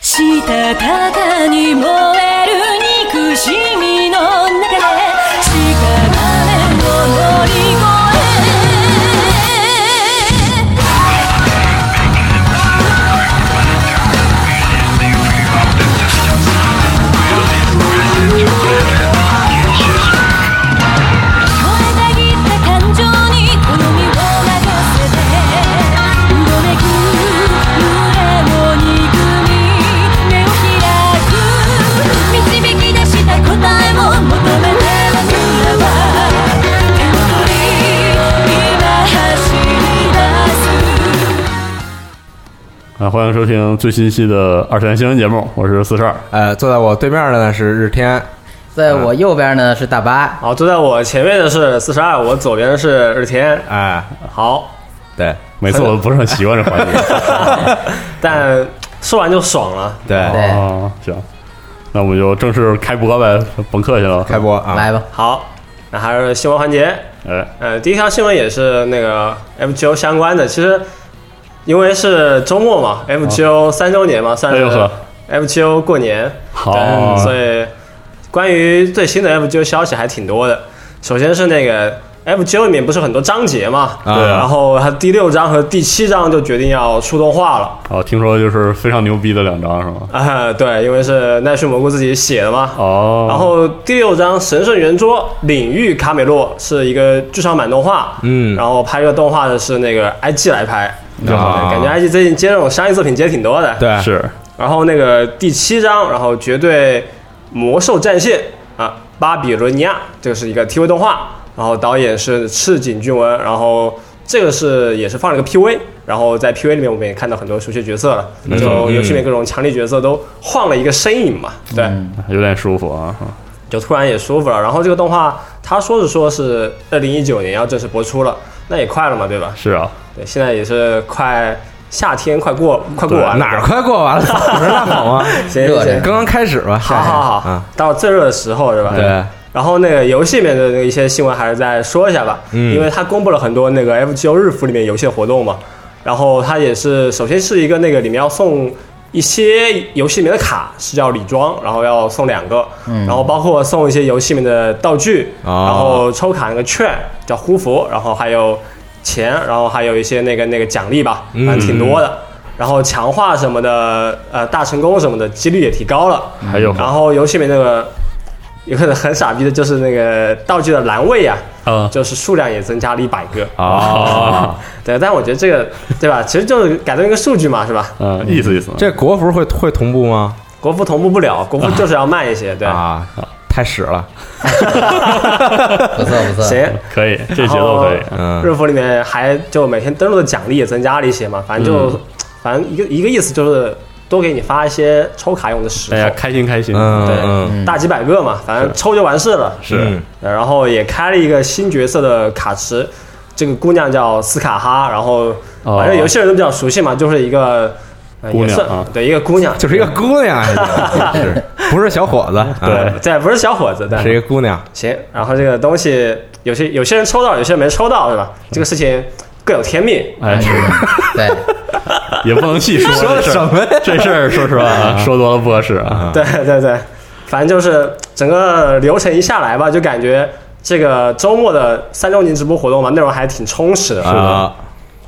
したたかに燃える憎しみの中でしかばねを乗り越え燃えたぎった感情に好みを任せてどめく胸を憎み目を開く導き出した答えを求めて僕らは手を取り今走り出す啊，欢迎收听最新一期的二次元新闻节目，我是四十二。呃，坐在我对面的呢是日天，在我右边呢是大巴，好，坐在我前面的是四十二，我左边的是日天。哎、好，对每次我都不是很习惯这环节。但说完就爽了。 对，对哦，行，那我们就正式开播呗，甭客气了。开播啊，来吧，好，那还是新闻环节。哎，呃，第一条新闻也是那个 FGO 相关的。其实因为是周末嘛，FGO 三周年嘛，算哎是呦呵 FGO 过年。好对所以关于最新的 FGO 消息还挺多的。首先是那个 FGO 里面不是很多章节嘛，对啊然后它第六章和第七章就决定要出动画了。哦，听说就是非常牛逼的两张是吗？啊， 对，因为是奈绪蘑菇自己写的嘛。哦，然后第六章《神圣圆桌：领域卡美洛》是一个剧场版动画，嗯然后拍这个动画的是那个 IG 来拍，啊感觉 IG 最近接这种商业作品接挺多的。，对是然后那个第七章，然后绝对魔兽战线啊，巴比伦尼亚，这个是一个 TV 动画，然后导演是赤井俊文，然后这个是也是放了一个 PV，然后在 PV 里面我们也看到很多熟悉角色了，嗯就游戏里面各种强力角色都晃了一个身影嘛，对，嗯有点舒服啊。就突然也舒服了。然后这个动画他说是说是二零一九年要正式播出了，那也快了嘛，对吧？是啊，对，现在也是快夏天快过快过完了，哪儿快过完了？不是那好吗？行热行着行刚刚开始吧，好好好，啊，到最热的时候是吧？对。然后那个游戏里面的那一些新闻还是再说一下吧，嗯因为它公布了很多那个 FGO 日服里面游戏的活动嘛，然后它也是首先是一个那个里面要送一些游戏里面的卡是叫礼装，然后要送两个，然后包括送一些游戏里面的道具，嗯哦然后抽卡那个券叫呼服，然后还有钱，然后还有一些那个那个奖励吧，嗯反正挺多的。然后强化什么的，呃，大成功什么的几率也提高了。还有然后游戏里面那个有个很傻逼的，就是那个道具的栏位啊，嗯啊就是数量也增加了一百个。哦，对，但我觉得这个对吧，其实就是改动一个数据嘛，是吧？嗯，意思意思。这国服会会同步吗？国服同步不了，啊国服就是要慢一些，对。啊，太屎了，不错不错，行，可以，这节奏可以。嗯日服里面还就每天登录的奖励也增加了一些嘛，反正嗯就、反正一个一个意思就是多给你发一些抽卡用的石头大，家哎开心开心。嗯对，嗯大几百个嘛，反正抽就完事了。是嗯呃然后也开了一个新角色的卡池，这个姑娘叫斯卡哈，然后哦反正有些人都比较熟悉嘛，就是一个、呃、姑娘也算啊对一个姑娘，就是一个姑娘，是不是小伙子？对啊，对，不是小伙子，对，是一个姑娘，行。然后这个东西有些有些人抽到，有些人没抽到，是吧？这个事情各有天命。哎，是 对，也不能细说说的这事儿什么呀嗯这事儿说实话啊，说多了不合适啊。 对对对，反正就是整个流程一下来吧，就感觉这个周末的三周年直播活动嘛，内容还挺充实的。啊，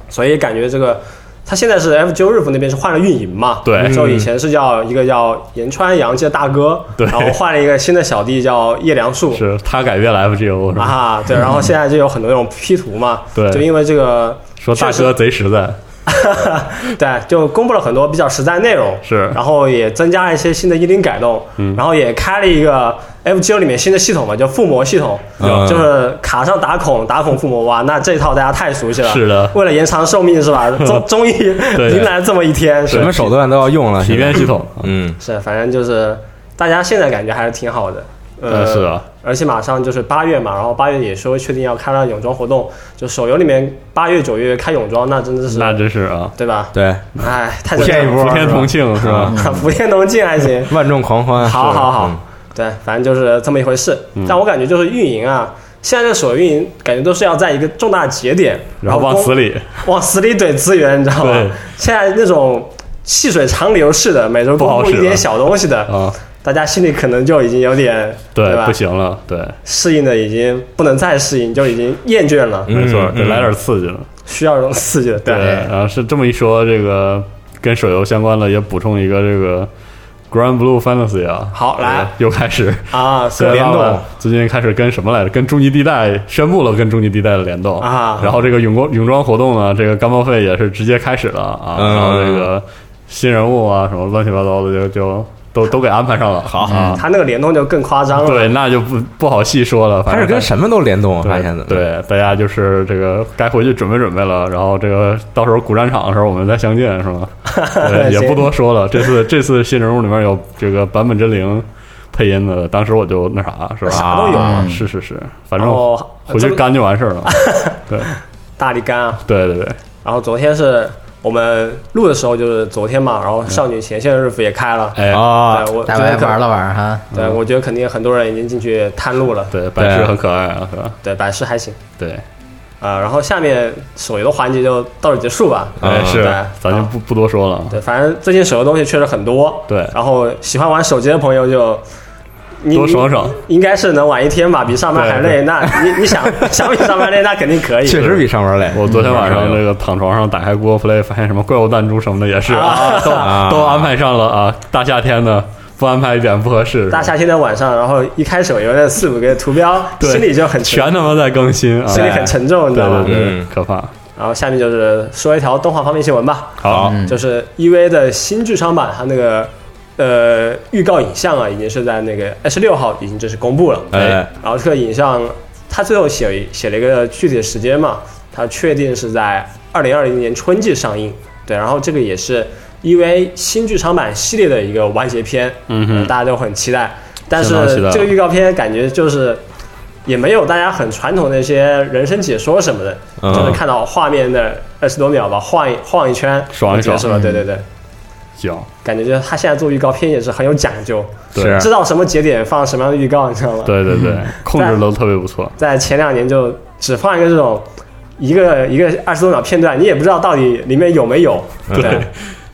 所以感觉这个，他现在是 F 九日服那边是换了运营嘛？对就以前是叫一个叫岩川洋介大哥，对然后换了一个新的小弟叫叶良树，是他改变了 FGO 是吧？啊，对，然后现在就有很多那种 P 图嘛，对就因为这个说大确哥实贼实在， 对，就公布了很多比较实在内容，是嗯然后也增加了一些新的衣领改动，然后也开了一个 FGO 里面新的系统嘛，叫附魔系统，啊嗯就是卡上打孔，打孔附魔，哇，那这套大家太熟悉了，是的为了延长寿命 是吧？终终于对迎来这么一天，什是么手段都要用了，体验系统。嗯，是，反正就是大家现在感觉还是挺好的。呃，嗯是啊，而且马上就是八月嘛，然后八月也说确定要开了泳装活动，就手游里面八月九月开泳装，那真的是那真是啊，对吧？对，哎，太不正骗一常了波福天同庆是吧？ 嗯福建能进还行。万众狂欢，好是嗯好好，，对，反正就是这么一回事。嗯但我感觉就是运营啊，现在这个手游运营感觉都是要在一个重大节点， 然后往公死里，往死里怼资源，你知道吗对？现在那种细水长流似的，每周不好公布使一点了小东西的，啊，大家心里可能就已经有点对，吧不？行了，对，适应的已经不能再适应，就已经厌倦了，没错，嗯得来点刺激了。需要这种刺激的。对，然后是这么一说，这个跟手游相关的也补充一个这个 Grand Blue Fantasy 啊，好来呃又开始。 啊，所以联联动动最近开始跟什么来着？跟终极地带宣布了跟终极地带的联动啊然后这个泳装泳装活动呢，这个干报费也是直接开始了啊。嗯然后这个新人物啊，什么乱七八糟的就就都都给安排上了。好啊，它那个联动就更夸张了。对，那就不不好细说了。反它正是跟大家什么都联动，我对发现的。，对，大家就是这个该回去准备准备了，然后这个到时候古战场的时候我们再相见，是吗？对，也行不多说了。这次这次新人物里面有这个版本真灵配音的，当时我就那啥，是吧？啥都有啊是是是，反然正后回去这么干就完事儿了。对大力干啊！对对对，然后昨天是我们录的时候就是昨天嘛，然后少女前线的日服也开了。哎，啊，对，我大觉得白可玩了玩哈，对，我觉得肯定很多人已经进去探路了。对，白痴很可爱啊，是吧？对，百事还行。对，啊，然后下面手游的环节就到这结束吧。哎嗯是对，咱就不不多说了。对，反正最近手游东西确实很多。对然后喜欢玩手机的朋友就。你多爽爽你应该是能玩一天吧，比上班还累。那你你 想想比上班累，那肯定可以。确实比上班累。我昨天嗯晚上这个躺床上打开 Google Play，发现什么怪物弹珠什么的也是 啊，都啊都安排上了啊！大夏天的不安排一点不合适，大夏天的晚上，然后一开手游那四五个图标，对心里就很沉全他妈在更新啊！心里对很沉重，你知道对吗？对嗯，可怕。然后下面就是说一条动画方面新闻吧，好，嗯就是 EVA 的新剧场版，它那个呃预告影像啊，已经是在那个二十六号已经正式公布了。哎，然后这个影像，它最后写写了一个具体的时间嘛，它确定是在二零二零年春季上映。对，然后这个也是 EVA 新剧场版系列的一个完结篇，嗯哼呃大家都很期待。但是相当期待这个预告片感觉就是也没有大家很传统的那些人生解说什么的，嗯就是看到画面的二十多秒吧，晃一晃一圈，爽一爽嗯结束了。对对对，行，感觉就是他现在做预告片也是很有讲究，对啊是知道什么节点放什么样的预告，你知道吗？，对对对，控制都特别不错。在前两年就只放一个这种一个一个二十多秒片段，你也不知道到底里面有没有。对，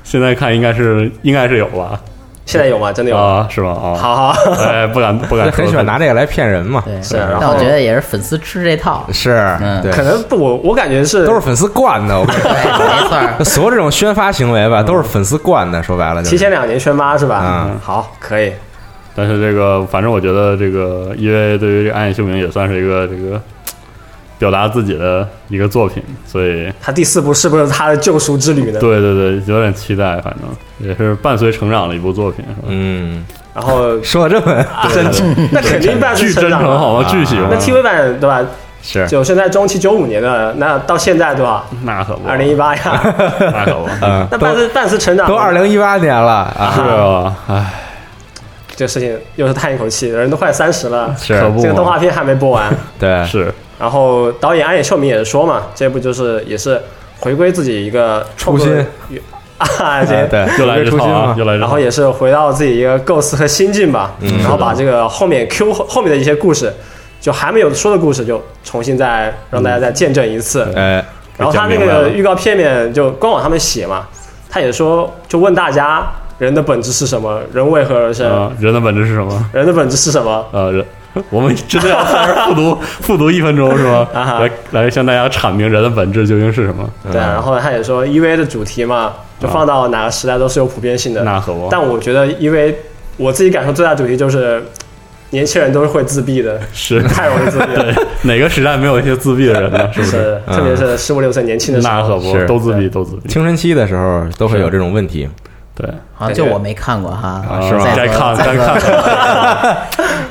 现在看应该是应该是有吧？现在有吗？真的有吗？啊，是吧？啊，好好，哎，不 敢不敢说，他很喜欢拿这个来骗人嘛。啊对，是然但后我觉得也是粉丝吃这套，是，嗯对 可，能不，我我感觉是都是粉丝惯的。我跟你对， 哎没错儿说，所有这种宣发行为吧，都是嗯粉丝惯的。说白了，就是提前两年宣发是吧？嗯好，可以。但是这个，反正我觉得这个，因为对于这个暗夜秀明也算是一个这个表达自己的一个作品，所以他第四部是不是他的救赎之旅呢？对对对，有点期待，反正也是伴随成长的一部作品，是吧？嗯，然后说的这 么真那肯定伴巨是真成长诚了。好啊吗？巨喜欢那 TV 版对吧？是就现在中期九五年的，那到现在对吧？那可不，啊二零一八呀， 那可不，嗯，那都半是半是成长，都二零一八年了啊， 是啊，唉，这个事情又是叹一口气，人都快三十了，是可不这个嘛动画片还没播完。对，是然后导演安野秀明也是说嘛，这部就是也是回归自己一个创作初心与 啊，这啊对，又来这这出套新啊嘛，，又来这 然套后，也是回到自己一个构思和心境吧，嗯然后把这个后面 Q 后后面的一些故事，就还没有说的故事，就重新再让大家再见证一次。哎，然后他讲那明白个了预告片面就官网他们写嘛，他也说就问大家人的本质是什么，人为何而生，啊，人的本质是什么？人的本质是什么？呃，人， 我们真的要在这儿复读复读一分钟是吗？啊哈来来向大家阐明人的本质究竟是什么？对啊，然后他也说 EVA 的主题嘛，就放到哪个时代都是有普遍性的。啊那可哦不但我觉得，因为我自己感受最大的主题就是，年轻人都是会自 闭的，是太容易自闭了，对，哪个时代没有一些自闭的人呢？是不是是？特别是十五六岁年轻的时那可候，不，是都自闭，都自闭。青春期的时候都会有这种问题，对，好像就我没看过哈，哦是吧该再说看再该说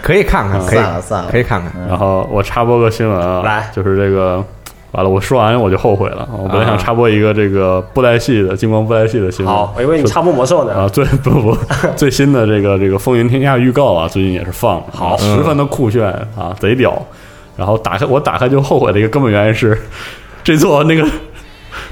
可以看看，嗯可算了算以了可以看看，然后我插播个新闻啊，来就是这个，完了我说完我就后悔了。我本来想啊插播一个这个布袋戏的金光布袋戏的新闻，好，我以为你插播魔兽呢啊，，最不不 最新的这个这个《风云天下》预告啊，最近也是放了，好，十分的酷炫啊，贼屌。然后打开我打开就后悔的一个根本原因是，这座那个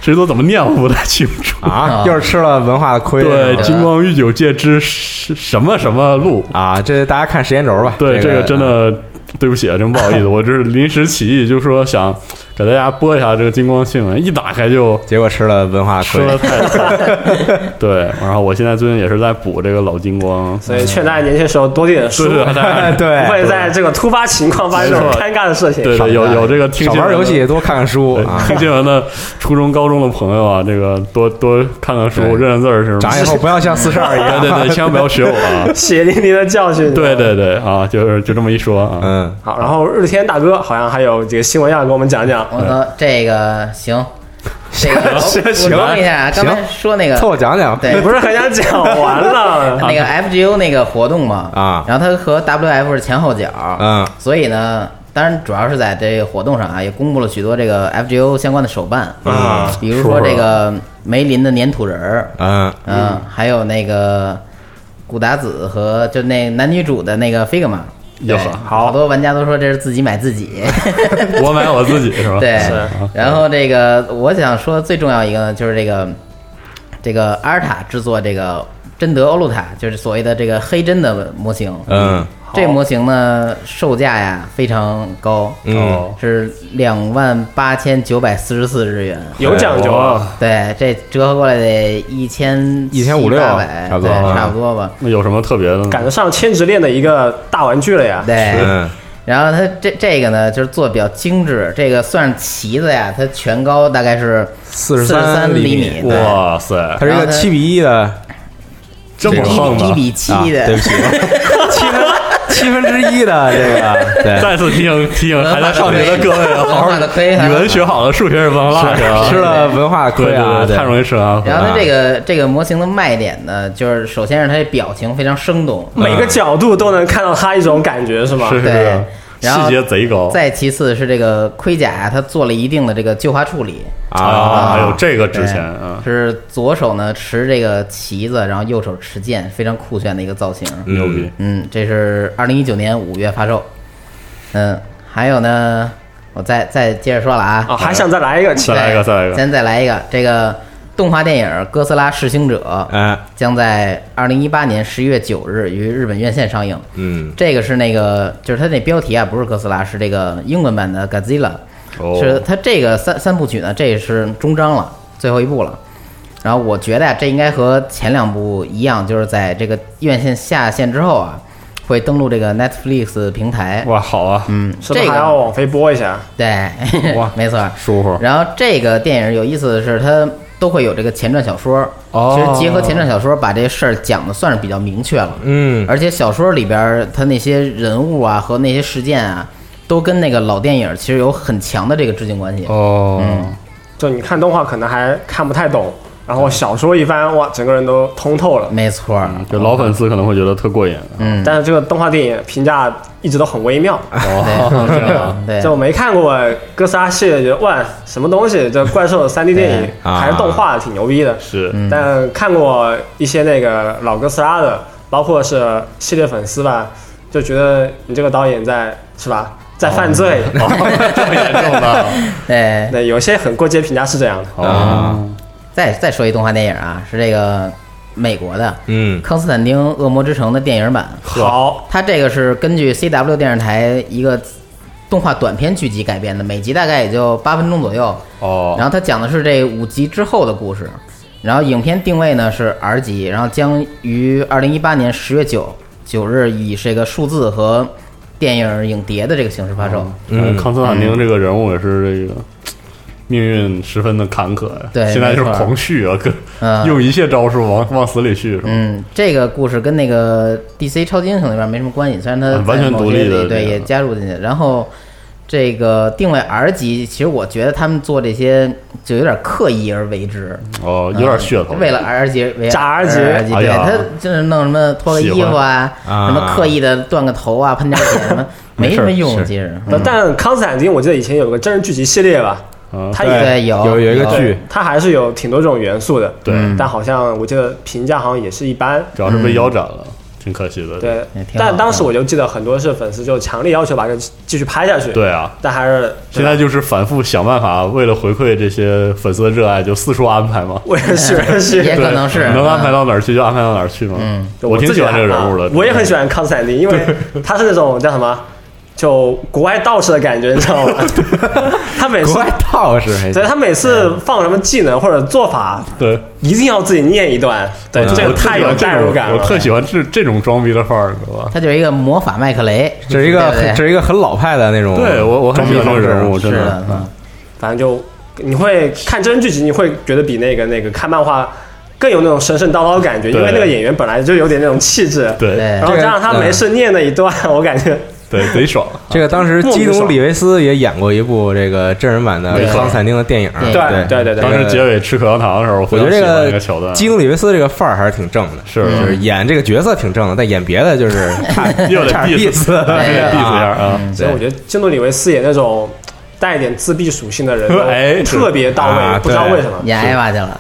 这座怎么念我不太清楚。啊，又是吃了文化的亏，对，啊是吧金光御酒界之什什么什么路，啊，这大家看时间轴吧，对，这啊个这真的对不起啊，真不好意思，我这是临时起意，就说想给大家播一下这个金光新闻，一打开就结果吃了文化说的亏，太 惨对，然后我现在最近也是在补这个老金光，所以劝大家年轻时候多读点书，对对 不 对 对会在这个突发情况发生这种没错尴尬的事情。对对，有有这个听少新闻玩的游戏，多看看书对啊。 听新闻的初中、高中的朋友啊，这个多多看看书，对认认字儿是吗？长以后不要像四十二一嗯 对样，对 对，千万不要学我啊！ 血淋淋的教训。对对对啊，就是就这么一说啊，嗯，好，然后日天大哥好像还有几个新闻要给我们讲讲。我操，这个行，这个行我补充一下，啊行刚才说那个凑合讲讲。对不是很想讲完 了，那个 FGO 那个活动嘛，啊然后它和 WF 是前后脚，嗯，所以呢，当然主要是在这个活动上啊，也公布了许多这个 FGO 相关的手办啊比如说这个梅林的粘土人儿，嗯，嗯，还有那个古达子和就那男女主的那个 Figma。哟对呵好多玩家都说这是自己买自己，我买我自己是吧？对是。然后这个我想说最重要一个呢，就是这个这个阿尔塔制作这个贞德欧露塔，就是所谓的这个黑真的模型。嗯，这模型呢售价呀非常高，嗯，是两万八千九百四十四日元。有讲究哦啊。对，这折合过来得一千1500八百，差不多对啊差不多吧。那有什么特别的赶呢？得上千纸链的一个大玩具了呀！对，嗯，然后它这这个呢，就是做的比较精致。这个算是旗子呀，它全高大概是四十43厘厘米，米哇塞它，是一个七比一的，这么横一吗？比七啊的，对 不起，七分七分之一的这个，啊对，再次提醒提醒还在上学的各位啊，文好好化的亏语文学好了，数学是不能落下啊。吃了文化对亏啊，对对，对太容易吃了。然后啊它这个这个模型的卖点呢，就是首先是它的表情非常生动，每个角度都能看到它一种感觉，是吗？是是对是，然后细节贼高再其次是这个盔甲呀，它做了一定的这个旧化处理，啊！啊，还有这个值钱对啊，是左手呢持这个旗子，然后右手持剑，非常酷炫的一个造型。嗯牛逼！嗯，这是二零一九年五月发售。嗯，还有呢，我再再接着说了啊，啊，还想再来一个，哦再来一个，再来一个，咱再来一个，这个动画电影《哥斯拉：噬星者》嗯哎，将在二零一八年十一月九日于日本院线上映。嗯，这个是那个，就是它那标题啊，不是哥斯拉，是这个英文版的 Godzilla，、哦是它这个三三部曲呢，这也是终章了，最后一部了。然后我觉得啊这应该和前两部一样，就是在这个院线下线之后啊，会登录这个 Netflix 平台。哇，好啊，嗯，是不这是还个要往飞播一下？对，哇 没错。舒服然后这个电影有意思的是，它都会有这个前传小说，哦其实结合前传小说把这事儿讲的算是比较明确了。嗯，而且小说里边儿它那些人物啊和那些事件啊，都跟那个老电影其实有很强的这个致敬关系。哦。就你看动画可能还看不太懂，然后小说一翻，哇，整个人都通透了。没错儿，就老粉丝可能会觉得特 过瘾嗯，但是这个动画电影评价一直都很微妙，哦，这样啊对， 就我没看过哥斯拉系列，觉得哇，什么东西？这怪兽三 D 电影啊还是动画挺牛逼的。是但看过一些那个老哥斯拉的，包括是系列粉丝吧，就觉得你这个导演在是吧，在犯罪。 这么严重的啊对，那有些很过激的评价是这样的。啊啊哦，再再说一动画电影啊，是这个美国的嗯《康斯坦丁：恶魔之城》的电影版，好，它这个是根据 CW 电视台一个动画短片剧集改编的，每集大概也就八分钟左右。 哦，然后它讲的是这五集之后的故事，然后影片定位呢是 R 级，然后将于二零一八年十月九九日以这个数字和电影影碟的这个形式发售。嗯康斯坦丁这个人物也是这个命运十分的坎坷呀。对现在就是没错狂续啊，各嗯用一切招数往往死里续，是吧？嗯，这个故事跟那个 DC 超级英雄那边没什么关系，虽然它啊完全在某独些立的里对这个也加入进去。然后这个定位 R 级，其实我觉得他们做这些就有点刻意而为之，哦，有点噱头，为了 R 级，为炸 R 级级，哎对呀他就是弄什么脱个衣服啊，喜欢什么刻意的断个头啊，喷点血 什么，没什么用是，其实。嗯但但康斯坦丁，我记得以前有个真人剧集系列吧，嗯它也对，有有有一个剧它还是有挺多这种元素的。对但好像我记得评价好像也是一般。主要是被腰斩了，嗯挺可惜的。对也，挺好但当时我就记得很多是粉丝就强烈要求把这个继续拍下去。，对啊，但还是现在就是反复想办法，为了回馈这些粉丝的热爱，就四处安排嘛。 我也是我也也是，可能是能安排到哪儿去就安排到哪 儿去嘛。嗯我自挺喜己欢这个人物的啊，我也很喜欢康斯坦丁，因为他是那种叫什么就国外道士的感觉，你知道 吗？他每国次外道士还对行，他每次放什么技能或者做法，对，一定要自己念一段，对，这我个太有代入感我了。特喜欢这这种装逼的范儿，知道吧？他就是一个魔法麦克雷，这是一个对不对这是一个很老派的那种，对我我很喜欢这种人物，真是的的，。嗯反正就你会看真人剧集，你会觉得比那个那个看漫画更有那种神神叨叨的感觉，对因为那个演员本来就有点那种气质，对对然后加上他这个没事念那一段，我感觉对，贼爽。啊这个当时莫基名努爽里维斯也演过一部这个真人版的没错康斯坦丁的电影，对对对对当时结尾吃口香糖的时候，我非我常喜觉得这欢那个桥段，基努里维斯这个范儿还是挺正的，是就是演这个角色挺正的，但演别的就是 差 又得差点 diss 意思，对对，diss 一下啊，嗯所以我觉得基努里维斯演那种带一点自闭属性的人哎，特别到啊位，不知道对为什么。演艾娃去 了，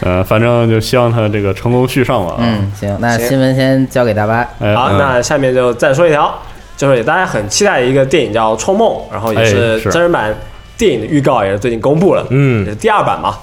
呃，反正就希望他这个成功续上啊吧。，嗯，行，那行新闻先交给大巴，哎，好，嗯那下面就再说一条，就是大家很期待的一个电影叫《冲梦》，然后也哎是是真人版电影的预告，也是最近公布了，嗯也是第二版嘛。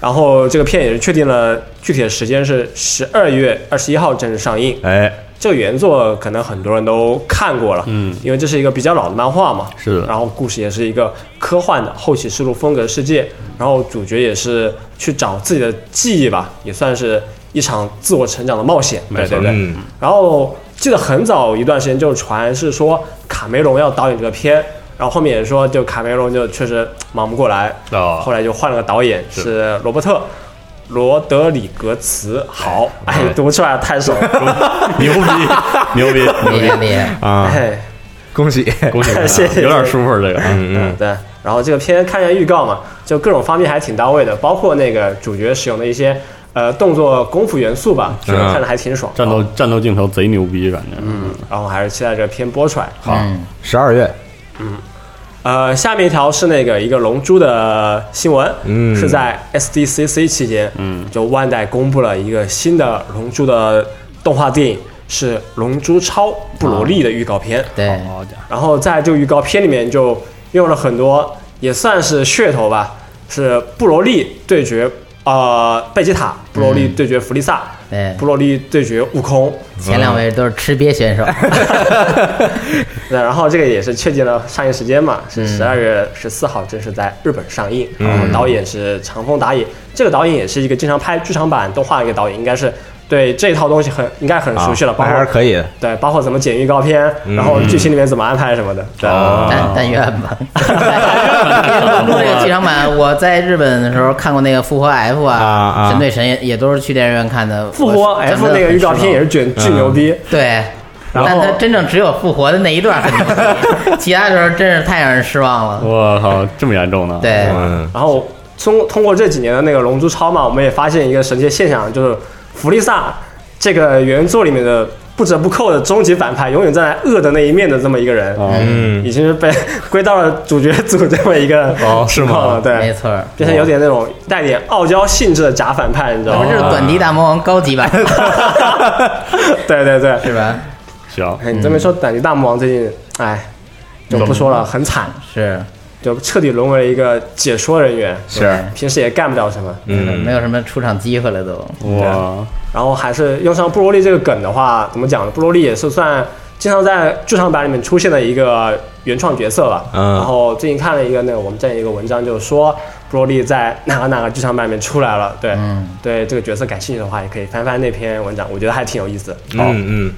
然后这个片也是确定了具体的时间是十二月二十一号正式上映。哎，这个原作可能很多人都看过了，嗯因为这是一个比较老的漫画嘛，是的然后故事也是一个科幻的后起世录风格世界，然后主角也是去找自己的记忆吧，也算是一场自我成长的冒险，没对错对对。嗯，然后记得很早一段时间就传是说卡梅隆要导演这个片，然后后面也说就卡梅隆就确实忙不过来，哦后来就换了个导演是是罗伯特。罗德里格茨，好，哎哎，读出来太熟 了， 牛逼，牛逼，牛 厉害逼！厉害，啊，哎，恭喜，恭喜恭喜谢谢有点舒服这个啊，嗯嗯嗯，对。然后这个片看一下预告嘛，就各种方面还挺到位的，包括那个主角使用的一些呃动作功夫元素吧，觉得看着还挺爽。战斗战斗镜头贼牛逼，感觉。嗯，然后还是期待这个片播出来。好，嗯，十二月呃，下面一条是那个一个《龙珠》的新闻，嗯是在 SDCC 期间，嗯，就万代公布了一个新的《龙珠》的动画电影，是《龙珠超布罗利》的预告片。 对，好家伙，然后在这个预告片里面就用了很多也算是噱头吧，是布罗利对决呃贝吉塔，布罗利对决弗利萨，嗯哎对布罗利对决悟空。前两位都是吃瘪选手，那然后这个也是确定了上映时间嘛，嗯是十二月十四号正式在日本上映。然后导演是长风达也，这个导演也是一个经常拍剧场版动画的一个导演，应该是对这套东西很应该很啊熟悉了，包那还是括可以的，嗯对包括怎么剪预告片，然后剧情里面怎么安排什么的。对，哦但但愿吧。 龙珠这个剧场版，我在日本的时候看过那个《复活 F》啊啊神对神也也都是去电影院看的。复活我 F 那个预告片也是卷巨牛逼，对，然后但他真正只有复活的那一段 很牛逼，其他时候真是太让人失望嗯了。我靠，这么严重呢？对，嗯，然后通通过这几年的那个《龙珠超》嘛，我们也发现一个神奇的现象，就是弗利萨这个原作里面的不折不扣的终极反派，永远站在恶的那一面的这么一个人，哦嗯，已经是被 归到了主角组这么一个哦是情吗况了，对，没错儿。变成有点那种带点傲娇性质的假反派，你知我道们吗这？是短笛大魔王高级版， 对对对， 是吧？行，哎，你这么一说，胆大魔王最近，哎，就不说了，很惨，是，就彻底沦为了一个解说人员，是，平时也干不了什么，嗯没有什么出场机会了都。哇，然后还是用上布罗利这个梗的话，怎么讲呢？布罗利也是算经常在剧场版里面出现的一个原创角色吧。嗯然后最近看了一个那个我们站一个文章，就是说布罗利在哪个哪个剧场版里面出来了。对，嗯对这个角色感兴趣的话，也可以翻翻那篇文章，我觉得还挺有意思。哦嗯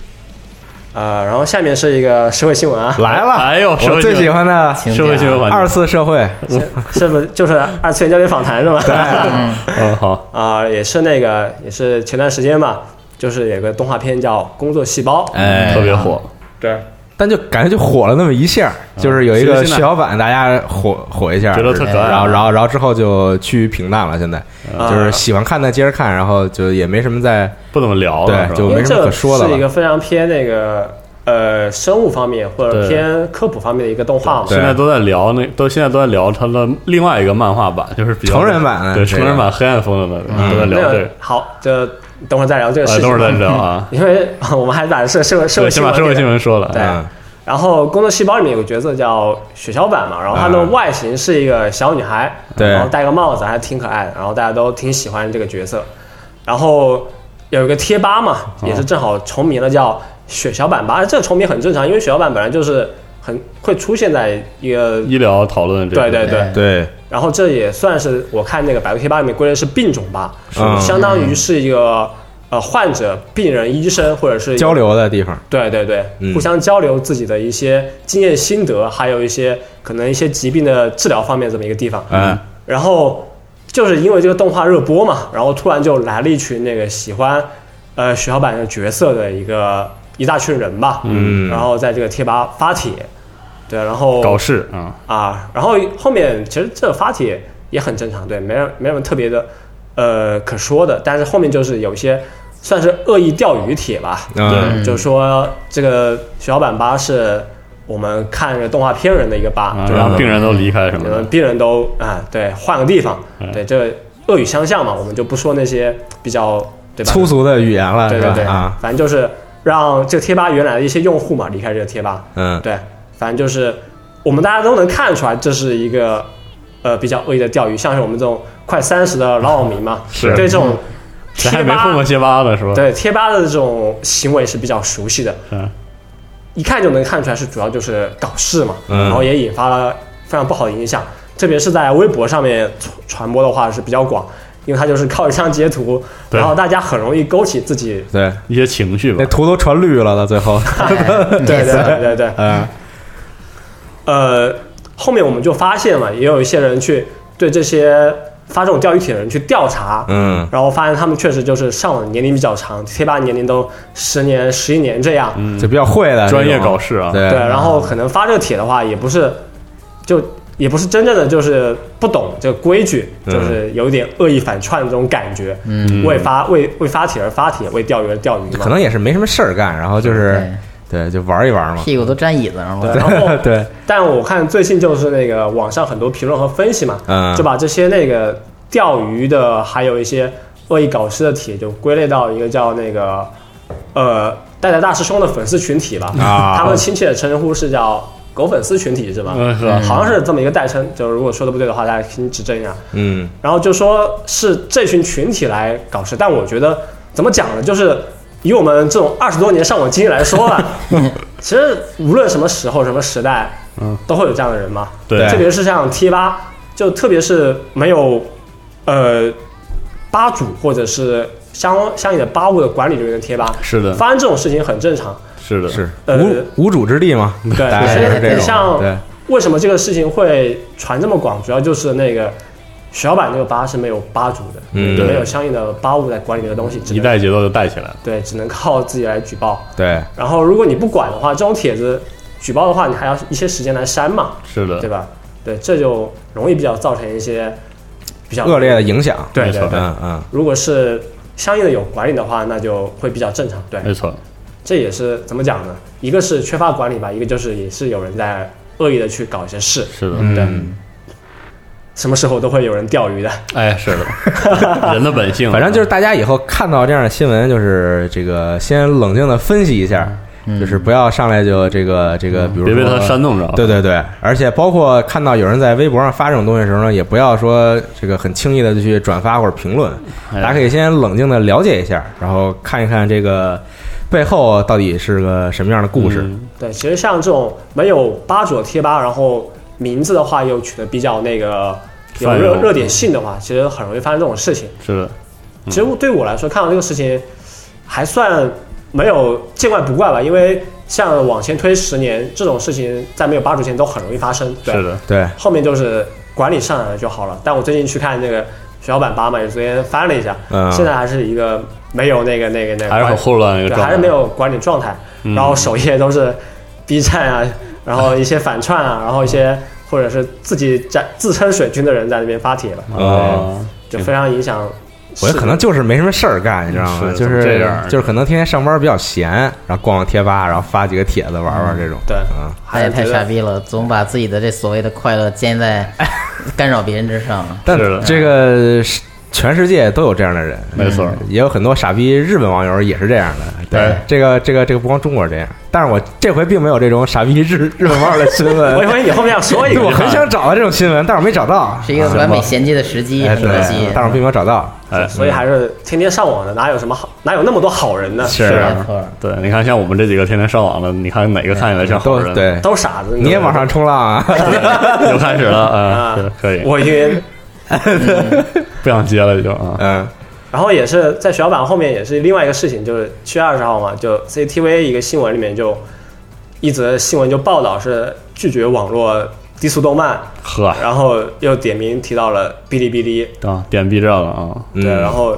呃，然后下面是一个社会新闻啊嗯，，来了，哎呦社我会最新喜欢的请社会新闻环节二次社会，是不是就是二次元焦点访谈是吧？对。嗯，好，啊、也是那个也是前段时间嘛，就是有个动画片叫《工作细胞》。哎特别火，对。但就感觉就火了那么一下，就是有一个啊其实现在血小板，大家火火一下，觉得特可爱啊然后然后然后之后就趋于平淡了。现在就是喜欢看的接着看，然后就也没什么在不怎么聊了，对是吧就因没为什这么可个说的了是一个非常偏那个呃生物方面或对者偏科普方面的一个动画嘛。对现在都在聊那，都现在都在聊他的另外一个漫画版，就是比较成人版的对这个嗯成人版黑暗风的那个，都在没聊有这个。好，就等会儿再聊这个事哎，情。。等会儿再聊啊因为 啊我们还把社社会社对，会先新把闻社会给新闻说了。啊对嗯然后《工作细胞》里面有个角色叫血小板嘛，然后她的嗯外形是一个小女孩，对然后戴个帽子还挺可爱的，然后大家都挺喜欢这个角色。然后有一个贴吧嘛，也是正好重名了，叫《血小板吧，这个重名很正常，因为血小板本来就是很会出现在一个，医疗讨论这个，对对对，对，然后这也算是我看那个百度贴吧里面归类是病种吧，嗯相当于是一个呃患者、病人、医生或者是一个交流的地方，对对对，嗯互相交流自己的一些经验心得，还有一些可能一些疾病的治疗方面这么一个地方。嗯，然后就是因为这个动画热播嘛，然后突然就来了一群那个喜欢呃血小板的角色的一个一大群人吧，嗯然后在这个贴吧发帖，对，然后搞事啊，啊，然后后面其实这个发帖也很正常，对，没有没什么特别的呃可说的，但是后面就是有一些算是恶意钓鱼帖吧，嗯就是说这个血小板吧是我们看这个动画片人的一个吧，啊就让让病人都离开什么我们的，病人都啊对换个地方嗯，对这恶语相向嘛，我们就不说那些比较对吧粗俗的语言哎了，对是对吧对啊，，反正就是让这个贴吧原来的一些用户嘛离开这个贴吧，嗯，对，反正就是我们大家都能看出来，这是一个呃比较恶意的钓鱼，像是我们这种快三十的老网民嘛，是对这种谁还贴没吧混过贴吧呢是吧？对贴吧的这种行为是比较熟悉的，嗯，一看就能看出来是主要就是搞事嘛，嗯然后也引发了非常不好的影响，特别是在微博上面传传播的话是比较广。因为它就是靠一张截图，对然后大家很容易勾起自己，对，一些情绪吧那，图都传绿了，到最后， 对对对对对对，哎嗯呃，后面我们就发现了，也有一些人去对这些发这种钓鱼帖的人去调查，嗯然后发现他们确实就是上网年龄比较长，贴吧年龄都十年、十一年这样，嗯就比较会的专业这种搞事啊对，对，然后可能发这个帖的话，也不是就也不是真正的就是不懂这个规矩，嗯就是有点恶意反串的这种感觉，嗯，为发为为发帖而发帖，为钓鱼而钓鱼嘛，可能也是没什么事儿干，然后就是对，就玩一玩嘛，屁股都粘椅子上了。对 然后 对，但我看最近就是那个网上很多评论和分析嘛，嗯就把这些那个钓鱼的，还有一些恶意搞事的帖，就归类到一个叫那个呃戴戴大师兄的粉丝群体吧。啊他们亲切的称呼是叫狗粉丝群体是吧？嗯呵好像是这么一个代称，就是如果说的不对的话，大家请指正一下。嗯然后就说是这群群体来搞事，但我觉得怎么讲呢？就是以我们这种二十多年上网经验来说吧，其实无论什么时候、什么时代，嗯，都会有这样的人嘛。对特别是像贴吧，就特别是没有呃吧主或者是相相应的吧务的管理人员的贴吧，是的发生这种事情很正常。是的，是呃无无主之地嘛，对大概就是这你像种，对，为什么这个事情会传这么广？主要就是那个血小板那个吧是没有吧主的，嗯没有相应的吧务来管理这个东西，只一能带节奏就带起来了，对，只能靠自己来举报。对，然后如果你不管的话，这种帖子举报的话，你还要一些时间来删嘛，是的，对吧？对，这就容易比较造成一些比较恶劣的。影响，对没对错对，嗯嗯，如果是相应的有管理的话，那就会比较正常。对，没错，这也是怎么讲呢？一个是缺乏管理吧，一个就是也是有人在恶意的去搞一些事。是的，对，什么时候都会有人钓鱼的。哎，是 的，人的本性啊，反正就是大家以后看到这样的新闻，就是这个先冷静的分析一下，就是不要上来就这个这个，比如嗯别被说他煽动着，啊对对对，而且包括看到有人在微博上发这种东西的时候呢，也不要说这个很轻易的去转发或者评论，哎大家可以先冷静的了解一下，然后看一看这个背后到底是个什么样的故事。嗯对，其实像这种没有吧主的贴吧，然后名字的话又取得比较那个有泛热用热点性的话，其实很容易发生这种事情。是的，其实对我来说，看到这个事情还算没有见怪不怪吧，因为像往前推十年，这种事情在没有吧主前都很容易发生。对是的，对，后面就是管理上来了就好了。但我最近去看那个血小板吧嘛，也昨天翻了一下，嗯现在还是一个没有那个那个那个，还是很混乱的一个对，状态，还是没有管理状态。然后首页都是 B 站啊，然后一些反串啊，然后一些或者是自己在自称水军的人在那边发帖了，啊，就非常影响我觉市民。得可能就是没什么事儿干，你知道吗？是就怎么是这样就是可能天天上班比较闲，然后逛逛贴吧，然后发几个帖子玩玩这种。对嗯，他还也是哎太觉傻得逼了，总 把自己的这所谓的快乐建在干扰别人之上。但是的这个是全世界都有这样的人，没错嗯儿，也有很多傻逼日本网友也是这样的。对哎，这个这个这个不光中国这样，但是我这回并没有这种傻逼日日本网友的新闻。 我以为你后面要说一对，个，我很想找到这种新闻，但是我没找到，是一个完美衔接的时机，哎，很对可惜，。但是我并没有找到。哎，所以还是天天上网的，哪有什么好，哪有那么多好人呢？是没错，啊对，你看像我们这几个天天上网的，你看哪个看起来像好都人？，对，都是傻子。你也网上冲浪啊？ 又开始了，啊，啊是可以，我已经，不想接了就啊，嗯，然后也是在学校版后面也是另外一个事情，就是七月二十号嘛，就 CCTV 一个新闻里面就一则新闻就报道是拒绝网络低俗动漫，呵，然后又点名提到了哔哩哔哩，啊，点 B 站了啊，对，嗯然 后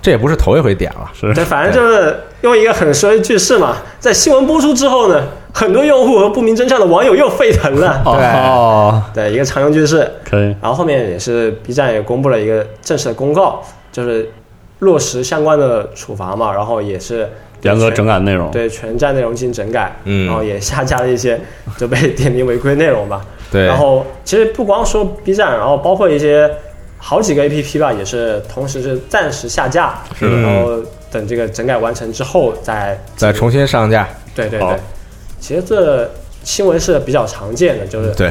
这也不是头一回点了。是对，反正就是用一个很说一句是嘛，在新闻播出之后呢，很多用户和不明真相的网友又沸腾了。哦，对，一个常用句式。可以，然后后面也是 B 站也公布了一个正式的公告，就是落实相关的处罚嘛，然后也是严格全整改内容，对全站内容进行整改，嗯然后也下架了一些就被点名违规内容吧。对然后其实不光说 B 站，然后包括一些好几个 APP 吧，也是同时是暂时下架，是的然后等这个整改完成之后再再重新上架，对对好对，其实这新闻是比较常见的，就是对，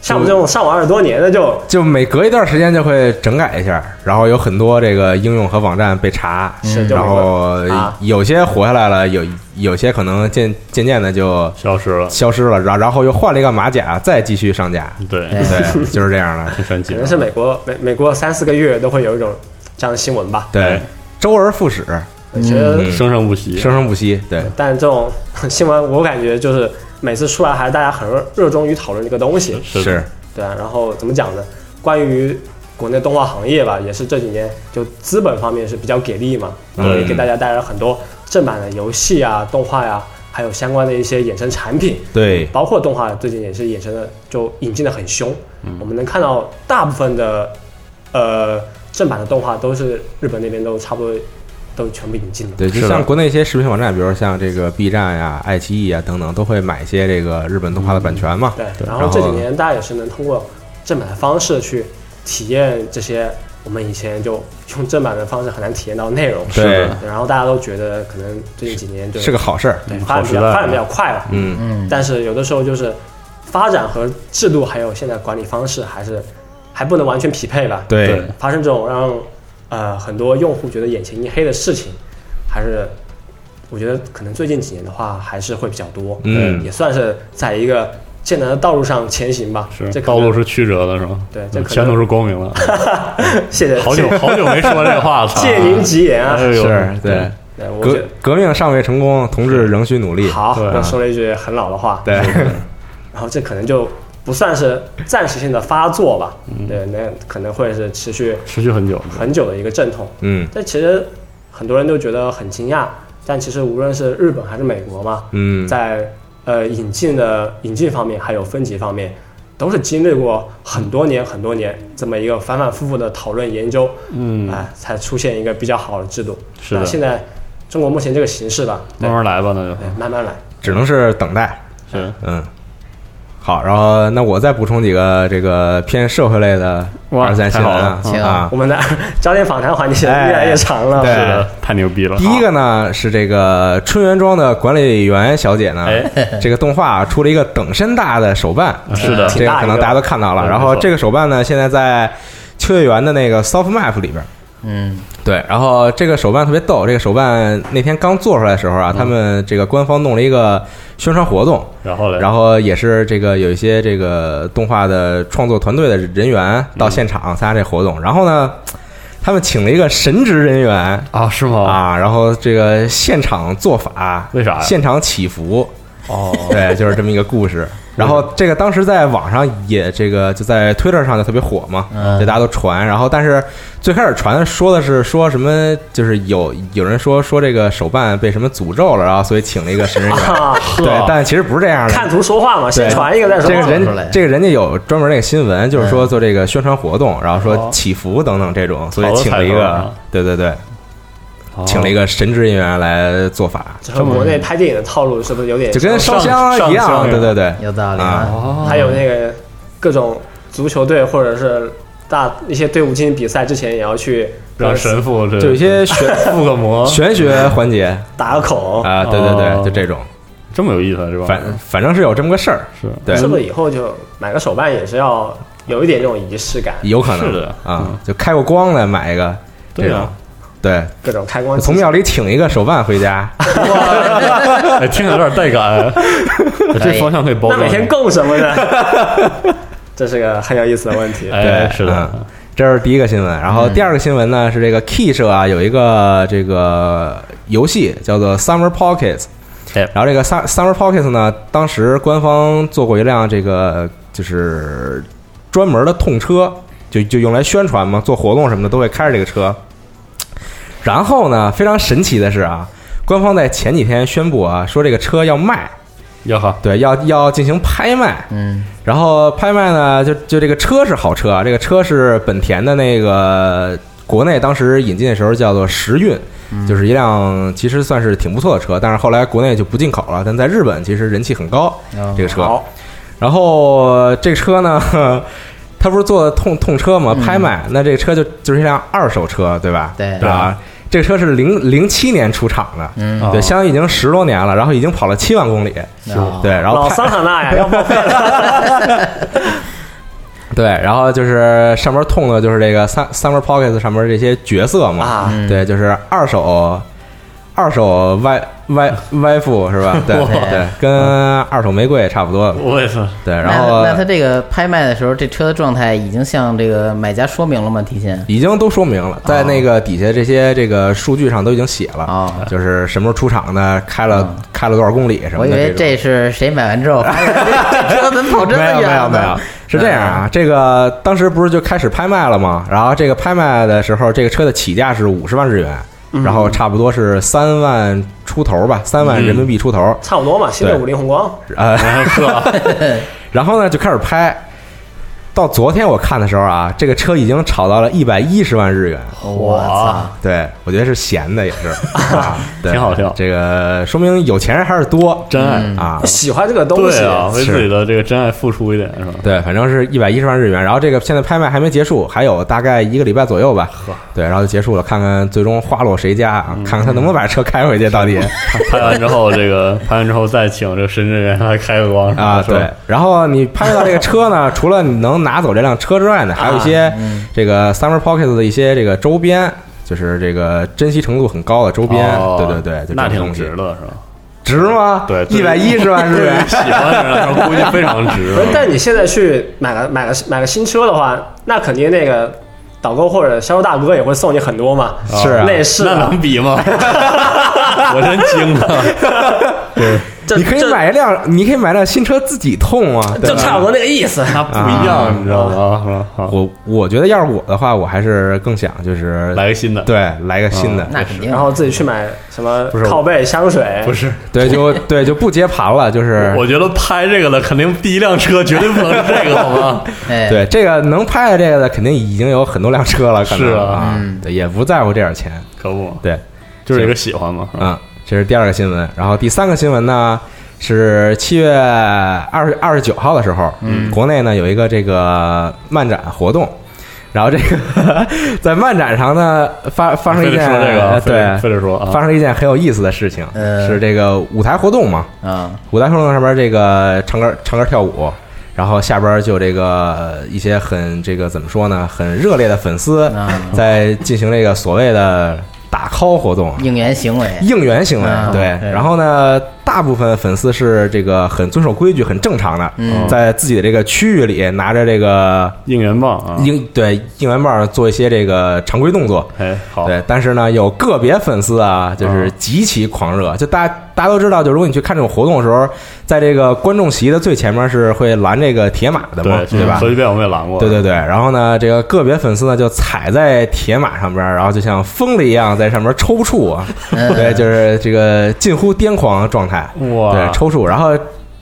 像我们这种上网二十多年的就就每隔一段时间就会整改一下，然后有很多这个应用和网站被查，嗯是就然后啊有些活下来了，有有些可能渐渐渐的就消失了，消失了，然然后又换了一个马甲，再继续上 架，对，对对，就是这样的，挺神奇啊可的能，是美国美美国三四个月都会有一种这样的新闻吧。对哎，周而复始，其实嗯生生不息，生生不息，对，但这种 新闻我感觉就是每次出来还是大家很热热衷于讨论这个东西，是的是，对啊。然后怎么讲呢？关于国内动画行业吧，也是这几年就资本方面是比较给力嘛，然后也嗯给大家带来了很多正版的游戏啊、动画呀、还有相关的一些衍生产品。对，包括动画最近也是衍生的，就引进的很凶。嗯我们能看到大部分的呃正版的动画都是日本那边都差不多都全部引进了。对，就是的像国内一些视频网站，比如像这个 B 站呀、爱奇艺啊等等，都会买一些这个日本动画的版权嘛，对，然然后后这几年大家也是能通过正版的方式去体验这些我们以前就用正版的方式很难体验到的内容。对是的然后大家都觉得可能最近几年就是个好事儿，对嗯发展比较好时代啊发展比较快了。嗯嗯，但是有的时候就是发展和制度还有现在管理方式还是还不能完全匹配吧。对对发生这种让呃很多用户觉得眼前一黑的事情，还是我觉得可能最近几年的话还是会比较多。嗯也算是在一个艰难的道路上前行吧。这是可道能路是曲折的，是吗？对这可能前途是光明 了，谢谢好久好久没说这话了，借您吉言啊哎。呦是对。对，我觉革革命尚未成功，同志仍需努力。得好，对啊我说了一句很老的话。对，然后这可能就不算是暂时性的发作吧，嗯对，那可能会是持续持续很久的，很久的一个阵痛。嗯但其实很多人都觉得很惊讶，但其实无论是日本还是美国嘛，嗯，在呃引进的引进方面还有分级方面，都是经历过很多年很多年这么一个反反复复的讨论研究，嗯哎、才出现一个比较好的制度。是的嗯那现在中国目前这个形势吧，对慢慢来吧，那就对，慢慢来。只能是等待。是嗯，好，然后那我再补充几个这个这个偏社会类的哇二三新闻啊太好了啊 我。们的焦点访谈环节哎越来越长了，对是的，太牛逼了。第一个呢是这个春园庄的管理员小姐呢，哎 这个动画出了一个等身大的手办，是的这个可能大家都看到了。挺大一个然后这个手办呢，现在在秋叶原的那个 Soft Map 里边，嗯，对，然后这个手办特别逗，这个手办那天刚做出来的时候啊，他们这个官方弄了一个宣传活动，然后嘞，然后也是这个有一些这个动画的创作团队的人员到现场参加这活动，然后呢，他们请了一个神职人员啊，是吗？啊，然后这个现场做法，为啥呀现场祈福，哦，对，就是这么一个故事。然后这个当时在网上也这个就在推特上就特别火嘛，嗯就大家都传。然后但是最开始传说的是说什么，就是有有人说说这个手办被什么诅咒了，然后所以请了一个 神人哦员。啊，对，但其实不是这样的。看图说话嘛，先对传一个再说。这个出来人，这个人家有专门那个新闻，就是嗯说做这个宣传活动，然后说祈福等等这种，所以哦好多请了一彩头啊个，对对对，请了一个个神职人员来做法，这和国内拍电影的套路是不是有点就像？跟烧香啊上一上样，香对对对，有道理啊啊。哦，还有那个各种足球队或者是大一些队伍进行比赛之前，也要去呃让神父这就有一 些玄附个魔，玄学环节打个口，啊，对对哦对，就这种，这么有意思是吧？反反正是有这么个事儿，是对，是不是以后就买个手办也是要有一点这种仪式感，有可是能的嗯啊，就开过光的买一个这对种啊，，对，各种开光我器从材。庙里挺一个手办回家，哎，听着有点带感， 这方向可以包那装。每天供什么呢？ 这是个很有意思的问题。哎，对，是嗯的，嗯这是第一个新闻，然后第二个新闻呢是这个 Key 社啊有一个这个游戏叫做 Summer Pockets，哎然后这个 Sum- Summer Pockets 呢，当时官方做过一辆这个就是专门的痛车，就就用来宣传嘛，做活动什么的都会开着这个车。然后呢，非常神奇的是啊，官方在前几天宣布啊，说这个车要卖，要哈，对，要要进行拍卖，嗯，然后拍卖呢，就就这个车是好车啊，这个车是本田的那个国内当时引进的时候叫做时运，嗯就是一辆其实算是挺不错的车，但是后来国内就不进口了，但在日本其实人气很高哦这个车。好，然后这个车呢， 呵它不是做痛痛车嘛，拍卖，那这个车就就是一辆二手车，对吧？嗯对啊，这个车是零零七年出厂的，嗯对，相当于已经十多年了，然后已经跑了七万公里，哦对，然后老拍桑塔纳呀，要报废 了。对，然后就是上面痛的就是这个 Sum- Summer Pockets 上面这些角色嘛，啊嗯对，就是二手二手歪歪歪妇是吧？ 对哇对，跟二手玫瑰差不多。我也是，对，那然后那他这个拍卖的时候，这车的状态已经向这个买家说明了吗？提前已经都说明了，啊在那个底下这些这个数据上都已经写哦了，就是什么时候出厂的，开了开了多少公里什嗯我么以的。为种这是谁买完之后，发现这这车 怎么跑这么没有远没有呢？嗯没有，是这样啊，这个当时不是就开始拍卖了吗？然后这个拍卖的时候，这个车的起价是五十万日元，嗯然后差不多是三万出头吧，三万人民币出头。差不多嘛，新的对五菱宏光，嗯呃， 是吧？ 然后呢就开始拍，到昨天我看的时候啊，这个车已经炒到了一百一十万日元。嗯， 我操！对，我觉得是闲的也 是，啊、对挺好笑这个说明有钱人还是多真爱，啊。喜欢这个东西对，啊，为是自己的这个真爱付出一点是吧？ 对，反正是一百一十万日元。然后这个现在拍卖还没结束，还有大概一个礼拜左右吧。对，然后就结束了，看看最终花落谁家啊？嗯看看他能不能把车开回去，到底拍完之后，这个 拍完之后再请这个深圳人来开个光啊？是吧对，然后你拍到这个车 呢，除了你能拿走这辆车之外呢，还有一些嗯这个 Summer Pocket 的一些这个周边。就是这个珍惜程度很高的周边，哦对对对，就这那种挺东西值的，是吧？值吗？对，一百一十万日元喜欢的人来说，估计非常值不是。但你现在去买个买个买个新车的话，那肯定那个导购或者销售大哥也会送你很多嘛，是啊内 饰那啊，能比吗？ 我真惊 了，这你可以这买一辆，你可以买辆新车自己痛啊，对就吧差不多那个意思。那啊嗯不一样，你知道吗？是吧好，我我觉得要是我的话，我还是更想就是来个新的，对来个新的，嗯那肯定。然后自己去买什么不是我靠背、香水，不是？对就对就不接盘了，就是我觉得拍这个的肯定第一辆车绝对不能是这个，好 吗？哎，对这个能拍的这个的，肯定已经有很多辆车了，可能是啊啊，对也不在乎这点钱，可不，对，就是一个喜欢嘛。是吧嗯，这是第二个新闻，然后第三个新闻呢是七月二十二十九号的时候，嗯，国内呢有一个这个漫展活动。然后这个 在漫展上呢发发生一啊非得件说这个，呃非得非对得说啊发，生了一件很有意思的事情，呃是这个舞台活动嘛，啊，舞台活动上边这个唱歌唱歌跳舞，然后下边就有这个呃一些很这个怎么说呢，很热烈的粉丝啊在进行这个所谓的打 call 活动。应援行 为，应援行为啊对，对然后呢，大部分粉丝是这个很遵守规矩、很正常的，嗯在自己的这个区域里拿着这个应援棒啊，嗯应对应援棒做一些这个常规动作，哎，哦好，对，但是呢，有个别粉丝啊，就是极其狂热。就大家大家都知道，就如果你去看这种活动的时候，在这个观众席的最前面是会拦这个铁马的嘛对，对吧核？聚变我们也拦过，对对对，然后呢，这个个别粉丝呢就踩在铁马上边儿，然后就像疯了一样在上面抽搐啊，对，就是这个近乎癫狂的状态，哇对，抽搐，然后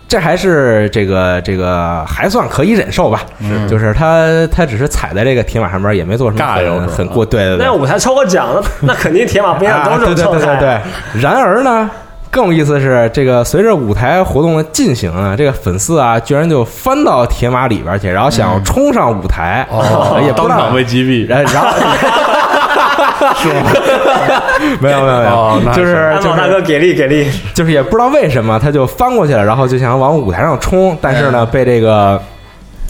这还是这个这个还算可以忍受吧，就是他他只是踩在这个铁马上边儿，也没做什么尬游是很吧很过，对对对，那要舞台抽个奖，那那肯定铁马不一样，啊都是这种状态。对对对对对。然而呢，更有意思的是，这个随着舞台活动的进行啊，这个粉丝啊，居然就翻到铁马里边去，然后想要冲上舞台， 哦哎也哦不当知道场被击毙，然 然后是吗？ 没有没有没有，哦那就是安就保大是哥给力给力， 就是也不知道为什么，他就翻过去了，然后就想往舞台上冲，但哎是呢，被这个。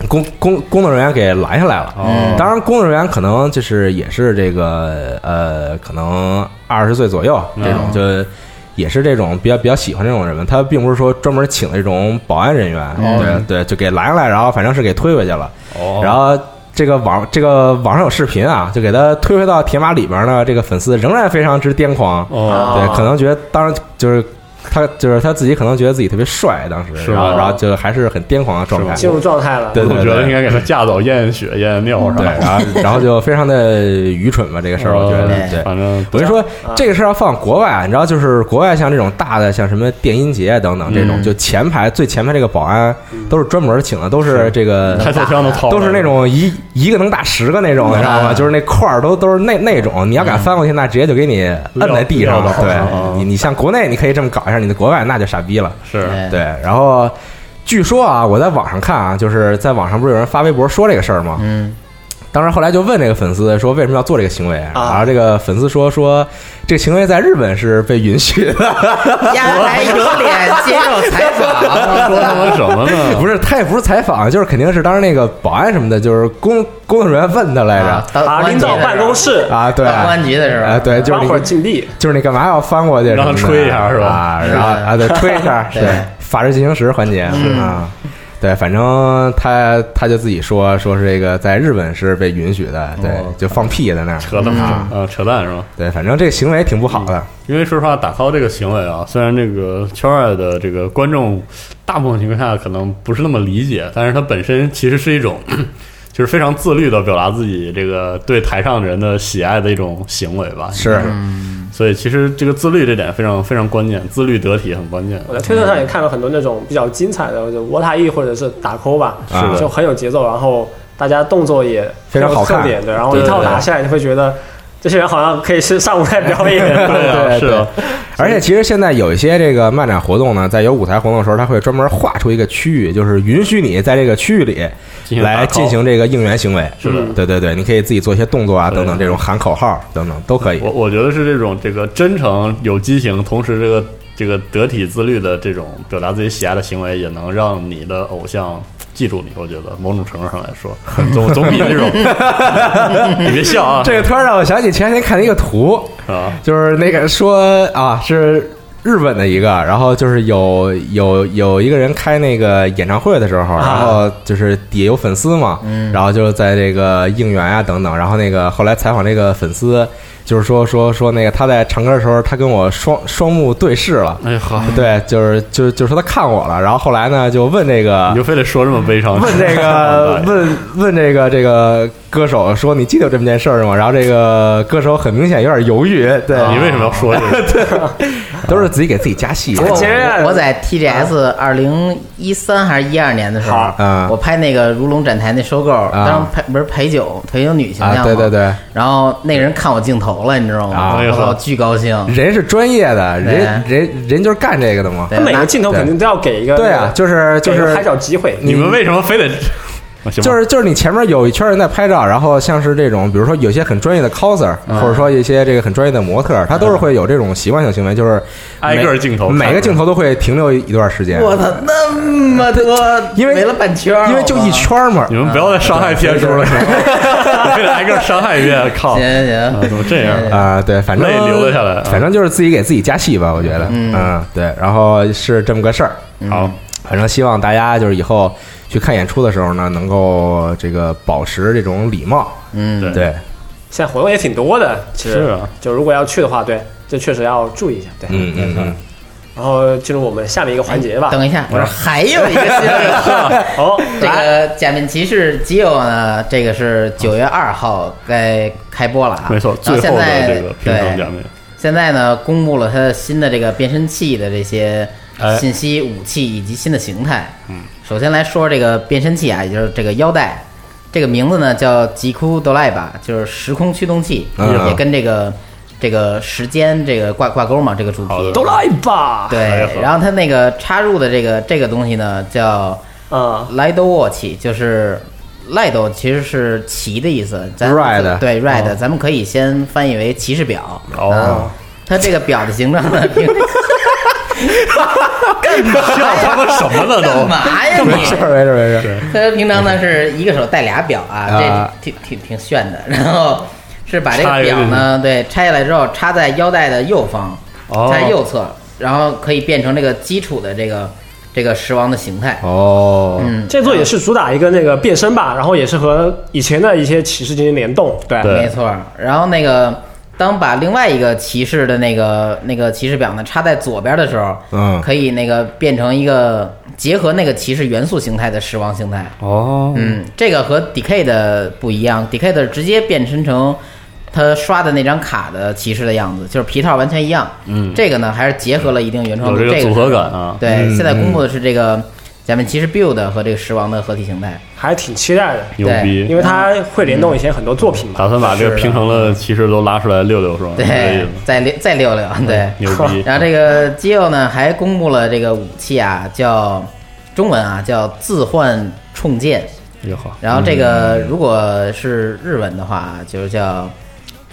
工工工作人员给拦下来了，嗯哦当然工作人员可能就是也是这个呃，可能二十岁左右这种，嗯就也是这种比较比较喜欢这种人嘛，他并不是说专门请了这种保安人员，对对，就给拦下来，然后反正是给推回去了，嗯哦然后这个网这个网上有视频啊，就给他推回到铁马里边呢，这个粉丝仍然非常之癫狂，哦啊啊对，可能觉得当然就是他就是他自己可能觉得自己特别帅，当时，是然后吗然后就还是很癫狂的状态，进入状态了。对我对觉得应对。该给他架走，验验血，验验尿啥对，的。然后然后就非常的愚蠢吧，这个事儿我觉得，嗯对，反正我跟你说，这个事儿要放国外啊，你知道，就是国外像这种大的，像什么电音节等等这种，就前排最前排这个保安都是专门请的，都是这个开错枪的操，都是那种一一个能打十个那种，你知道吗？就是那块儿都都是那那种，你要敢翻过去，那直接就给你摁在地上了。撂撂倒了对，你你像国内你可以这么搞一下，你在国外那就傻逼了。是对，然后据说啊，我在网上看啊，就是在网上不是有人发微博说这个事儿吗？嗯，当时后来就问这个粉丝说为什么要做这个行为，啊然后这个粉丝说说这个行为在日本是被允许的，丫还有脸接受采 访，啊说他妈什么呢？不是他也不是采访，就是肯定是当时那个保安什么的，就是工工作人员问他来着啊，到啊，公安领局导的时候办公 室，啊，对，到公安局的时候啊，对，就是待你会儿禁闭。就是你干嘛要翻过去什么的？让他吹一下是吧啊，然后啊，对，吹一下，对对，法制进行时环节啊，对，反正他他就自己说说是这个在日本是被允许的，对哦，就放屁在那儿，扯淡啊，啊，扯淡是吧？对，反正这行为挺不好的，因为说实话，打 call 这个行为啊，虽然这个圈外的这个观众大部分情况下可能不是那么理解，但是它本身其实是一种， 就是非常自律的表达自己这个对台上人的喜爱的一种行为吧。是，所以其实这个自律这点非常非常关键，自律得体很关键。我在推特上也看了很多那种比较精彩的，就窝塔 E 或者是打 call 吧，是的就很有节奏，然后大家动作也非常好看很有特点对，然后对一对套对打下来，你会觉得这些人好像可以是上舞台表 演。对啊，对是啊，而且其实现在有一些这个漫展活动呢，在有舞台活动的时候，它会专门划出一个区域，就是允许你在这个区域里进行打 call 来进行这个应援行为，是的对对对，你可以自己做一些动作啊，对等等，这种喊口号等等都可以我，我觉得是这种这个真诚有激情，同时这个这个得体自律的这种表达自己喜爱的行为，也能让你的偶像记住你。我觉得某种程度上来 说，总总比那种你别笑啊，这个突然让我想起前两天看的一个图，啊，就是那个说啊是。日本的一个，然后就是有有有一个人开那个演唱会的时啊候，然后就是底下有粉丝嘛，嗯然后就在这个应援啊等等，然后那个后来采访这个粉丝，就是说说说那个他在唱歌的时候，他跟我双双目对视了，哎呀好，对，就是就就说他看我了，然后后来呢就问这个你就非得说这么悲伤， 问这个 问问这个这个歌手说你记得有这么件事儿吗？然后这个歌手很明显有点犹豫，对，啊你为什么要说这个？都是自己给自己加戏。哦我前面嗯我我在 TGS 二零一三还是一二年的时候好嗯，我拍那个如龙展台那收购，当时陪不是陪酒陪酒女形象啊嘛，对对对。然后那人看我镜头了，你知道吗？啊我操，巨高兴。人是专业哎的，人人人就是干这个的嘛。对他每个镜头肯定都要给一个对那啊，个就是就给一个是拍照机会。你们为什么非 得？啊行吧就是就是你前面有一圈人在拍照，然后像是这种，比如说有些很专业的 coser，、或嗯者说一些这个很专业的模特，他都是会有这种习惯性行为，就是挨个儿镜头看每个镜头都会停留一段时间。我操，那么多，因为围了半圈儿，因为就一圈儿嘛你，们不要再伤害天叔了，行吗我非得挨个儿伤害一遍，我靠操。！行啊行行，怎么这样？啊、对，反正泪流了下来啊反正就是自己给自己加戏吧，我觉得，嗯对，然后是这么个事儿，好，反正希望大家就是以后去看演出的时候呢，能够这个保持这种礼貌，嗯，对，对，现在活动也挺多的，其实是啊就如果要去的话，对，这确实要注意一下，对。嗯嗯嗯，然后进入我们下面一个环节吧。哎等一下，不嗯是还有一个新 人。 好，这来，个《假面骑士基友》呢，这个是九月二号该开播了啊，没错，然最后现后的在这个平常对假面，现在呢，公布了它的新的这个变身器的这些哎信息、武器以及新的形态。嗯，首先来说这个变身器啊，也就是这个腰带，这个名字呢叫吉库多赖吧，就是时空驱动器，嗯也跟这个这个时间这个挂挂钩嘛，这个主好的题。都来哎吧。对好，然后它那个插入的这个这个东西呢，叫啊， Lido Watch，就是 Lido 其实是旗的意思。咱 Red 对 Red，、咱们可以先翻译为骑士表。哦啊它这个表的形状呢，平时 笑他妈什 么呢干都？嘛呀没事你？儿没事儿没事儿，他平常呢是一个手戴俩表啊啊，这挺挺挺炫的。 然后是把这插个一个表呢，对，拆下来之后插在腰带的右方，哦在右侧，然后可以变成这个基础的这个这个石王的形态。哦，嗯，这座也是主打一个那个变身吧，然后也是和以前的一些骑士进行联动。对嗯对没错。然后那个当把另外一个骑士的那个那个骑士表呢插在左边的时候，嗯可以那个变成一个结合那个骑士元素形态的狮王形态。哦，嗯，这个和 DK 的不一样，DK 的直接变身成他刷的那张卡的骑士的样子，就是皮套完全一样。嗯，这个呢还是结合了一定原创有度，这这个是组合感啊对，嗯现在公布的是这个假面骑士 build 和这个狮王的合体形态。还挺期待的，牛逼因！为它会联动以前很多作品嘛。嗯打算把这个平衡的骑士都拉出来溜溜是吧？这意对思，再溜再溜溜，对。牛逼！然后这个基友呢还公布了这个武器啊，叫中文啊叫自换冲剑。也好，然后这个如果是日文的话，就是叫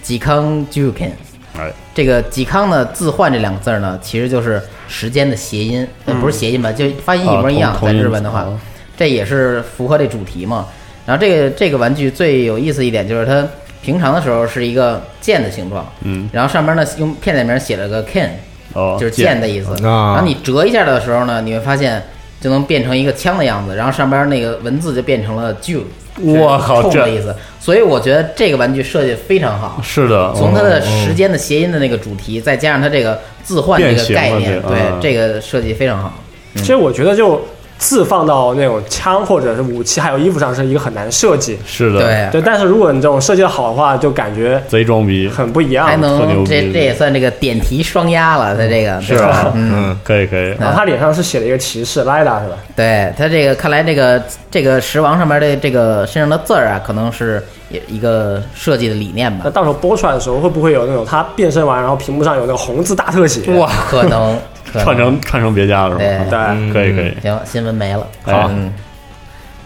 吉康 juken。哎，这个“吉康”呢，“自换”这两个字儿呢，其实就是时间的谐音，呃不是谐音吧？就发音一模一样啊，同在同音日文的话嗯哦，这也是符合这主题嘛。然后这个这个玩具最有意思一点就是它平常的时候是一个剑的形状，嗯，然后上面呢用片假名写了个 “ken”，哦，就是剑剑的意思。啊然后你折一下的时候呢，你会发现就能变成一个枪的样子，然后上边那个文字就变成了 “ju”，我靠冲这的意思。所以我觉得这个玩具设计得非常好，是的，嗯从它的时间的谐音的那个主题，再加上它这个自换这变个形概了念，这对嗯这个设计非常好。其实我觉得就字放到那种枪或者是武器还有衣服上是一个很难设计。是的，，对，对，但是如果你这种设计的好的话，就感觉贼装逼，很不一样还。特牛能逼这这也算这个点题双压了，它这个是对吧啊嗯，嗯，可以可以，然后他脸上是写了一个骑士 l i d a 是吧？对它这个看来这个这个石王上面的这个身上的字儿啊，可能是也一个设计的理念吧 那。到时候播出来的时候，会不会有那种他变身完，然后屏幕上有那个红字大特写？哇，可能可能串成串成别家了对是吧？对。嗯可以可以，行，新闻没了。好嗯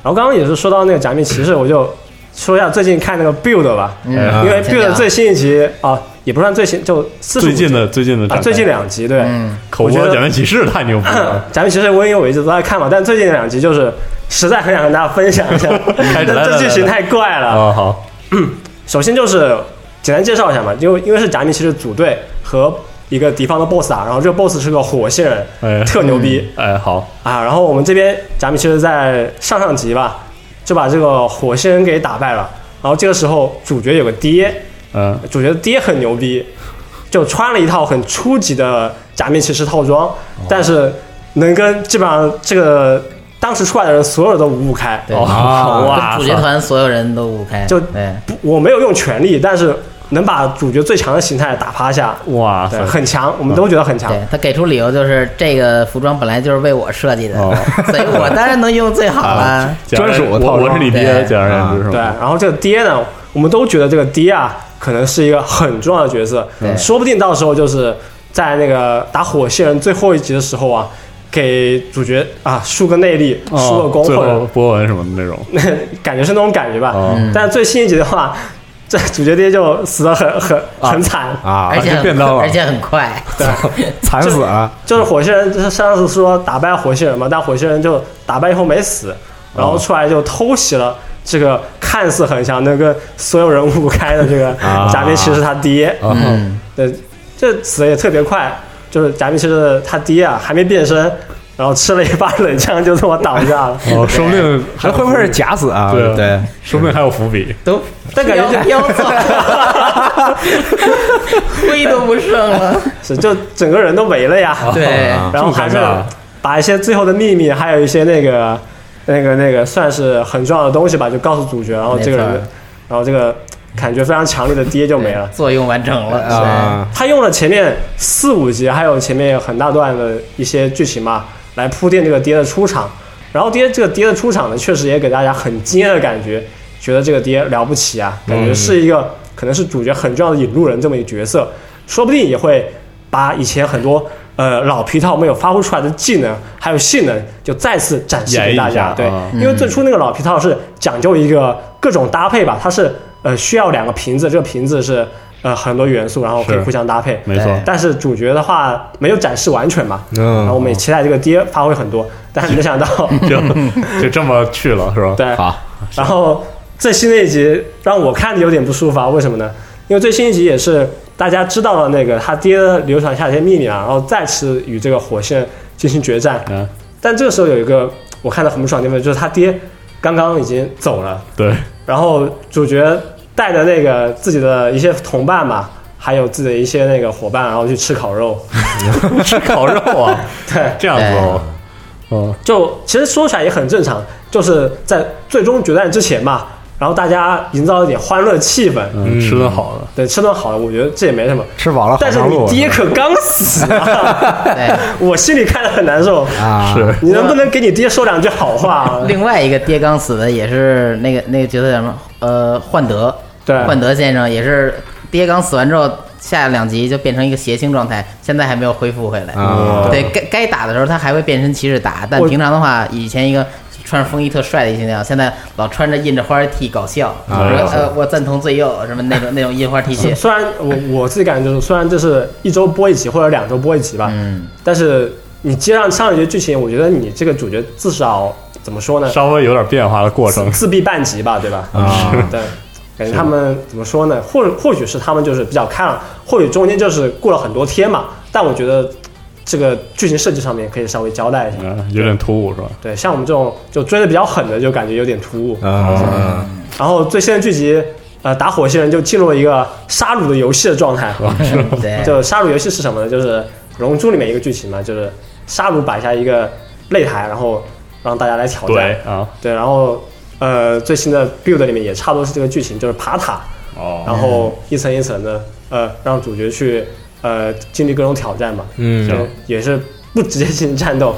然后刚刚也是说到那个假面骑士，我就说一下最近看那个 build 吧，嗯，因为先聊 build 最新一集啊，也不算最新，就四十最近的最近的啊展开最近两集对。嗯口我觉播得假面骑士太牛逼 了，假面骑士，我因为我一直都在看嘛，但最近两集就是实在很想跟大家分享 一下，来来来这剧情太怪了。啊好，首先就是简单介绍一下嘛，因为因为是假面骑士组队和一个敌方的 BOSS 打，然后这个 BOSS 是个火星人，哎特牛逼、哎好，啊！然后我们这边假面骑士在上上集吧，就把这个火星人给打败了。然后这个时候主角有个爹，嗯主角的爹很牛逼，就穿了一套很初级的假面骑士套装，哦但是能跟基本上这个当时出来的人所有人都五五开。哦对 啊哇跟嗯主角团所有人都五开，就对，不，我没有用全力，但是能把主角最强的形态打趴下，哇对，塞很强，我们都觉得很强。对他给出理由就是这个服装本来就是为我设计的，哦 啊所以我当然能用最好了。简而专属我套装我是你爹，对简而言之是啊对，吧？然后这个爹呢，我们都觉得这个爹啊，可能是一个很重要的角色，对说不定到时候就是在那个打火线人最后一集的时候啊，给主角啊输个内力，哦输个功，最或后者波纹什么的那种，感觉是那种感觉吧。哦但最新一集的话，这主角爹就死的很很很惨。啊，而且就很变刀了而，且很快，惨死啊了，就是火星人，就是上次说打败火星人嘛，但火星人就打败以后没死，然后出来就偷袭了这个看似很像那个所有人五开的这个啊 假面骑士他爹，啊嗯，对，这死的也特别快，就是假面骑士他爹啊还没变身，然后吃了一把冷枪就这么倒下了，哦，说不 定还会不会是假死啊？对啊对，说不定还有伏笔，都但感觉这飘走了，灰都不剩了。是就整个人都没了呀，对，啊然后还这是么尴尬啊把一些最后的秘密，还有一些那个、那个、那个，算是很重要的东西吧，就告诉主角。然后这个人没错，然后这个感觉非常强烈的爹就没了。作用完成了，啊，他用了前面四五集，还有前面很大段的一些剧情嘛，来铺垫这个爹的出场。然后爹这个爹的出场呢，确实也给大家很惊艳的感觉，嗯觉得这个爹了不起啊，感觉是一个、可能是主角很重要的引路人这么一个角色。说不定也会把以前很多呃老皮套没有发挥出来的技能还有性能，就再次展示给大演绎一家。下对啊，因为最初那个老皮套是讲究一个各种搭配吧，它是呃需要两个瓶子，这个瓶子是呃很多元素，然后可以是互相搭配。没错，对但是主角的话没有展示完全嘛，嗯然后我们也期待这个爹发挥很多，但是 没想到，就就这么去了是吧？对，好，然后最新的一集让我看的有点不舒服啊，为什么呢？因为最新一集也是大家知道了那个他爹流传下的一些秘密啊，然后再次与这个火线进行决战。嗯，但这个时候有一个我看到很不爽的地方，就是他爹刚刚已经走了，对， 然后主角带着那个自己的一些同伴嘛，还有自己的一些那个伙伴，然后去吃烤 肉。吃烤肉啊，对，这样子哦，哦，就其实说起来也很正常，就是在最终决战之前嘛，然后大家营造一点欢乐气氛，嗯，吃顿好的，对，吃顿好的，我觉得这也没什么。吃饱了好但是上你路。啊爹可刚死啊，对， 我心里看着很难受。啊，是你能不能给你爹说两句好话啊？另外一个爹刚死的也是那个那个角色叫什么？呃，焕德，对焕德先生也是爹刚死完之后，下两集就变成一个邪性状态，现在还没有恢复回来。啊对该该打的时候他还会变身骑士打，但我平常的话，以前一个穿着风衣特帅的形象，现在老穿着印着花儿 T 搞笑，啊说呃我赞同最右什么 那种那种印花 T 恤，虽然我我自己感觉就是，虽然这是一周播一集或者两周播一集吧，嗯，但是你接上上一集剧情，我觉得你这个主角至少怎么说呢？稍微有点变化的过程自，自闭半级吧，对吧？啊 对，感觉他们怎么说呢？或或许是他们就是比较开朗，或许中间就是过了很多天嘛。但我觉得这个剧情设计上面可以稍微交代一下。嗯，有点突兀是吧？对，像我们这种就追的比较狠的，就感觉有点突兀。啊，然后最新的剧集，呃，打火星人就进入一个杀戮的游戏的状态。对，就杀戮游戏是什么呢？就是《龙珠》里面一个剧情嘛，就是杀戮摆下一个擂台，然后让大家来挑对战。啊，对，然后呃，最新的 build 里面也差不多是这个剧情，就是爬塔，哦，然后一层一层的呃，让主角去呃经历各种挑战嘛，嗯就也是不直接进行战斗。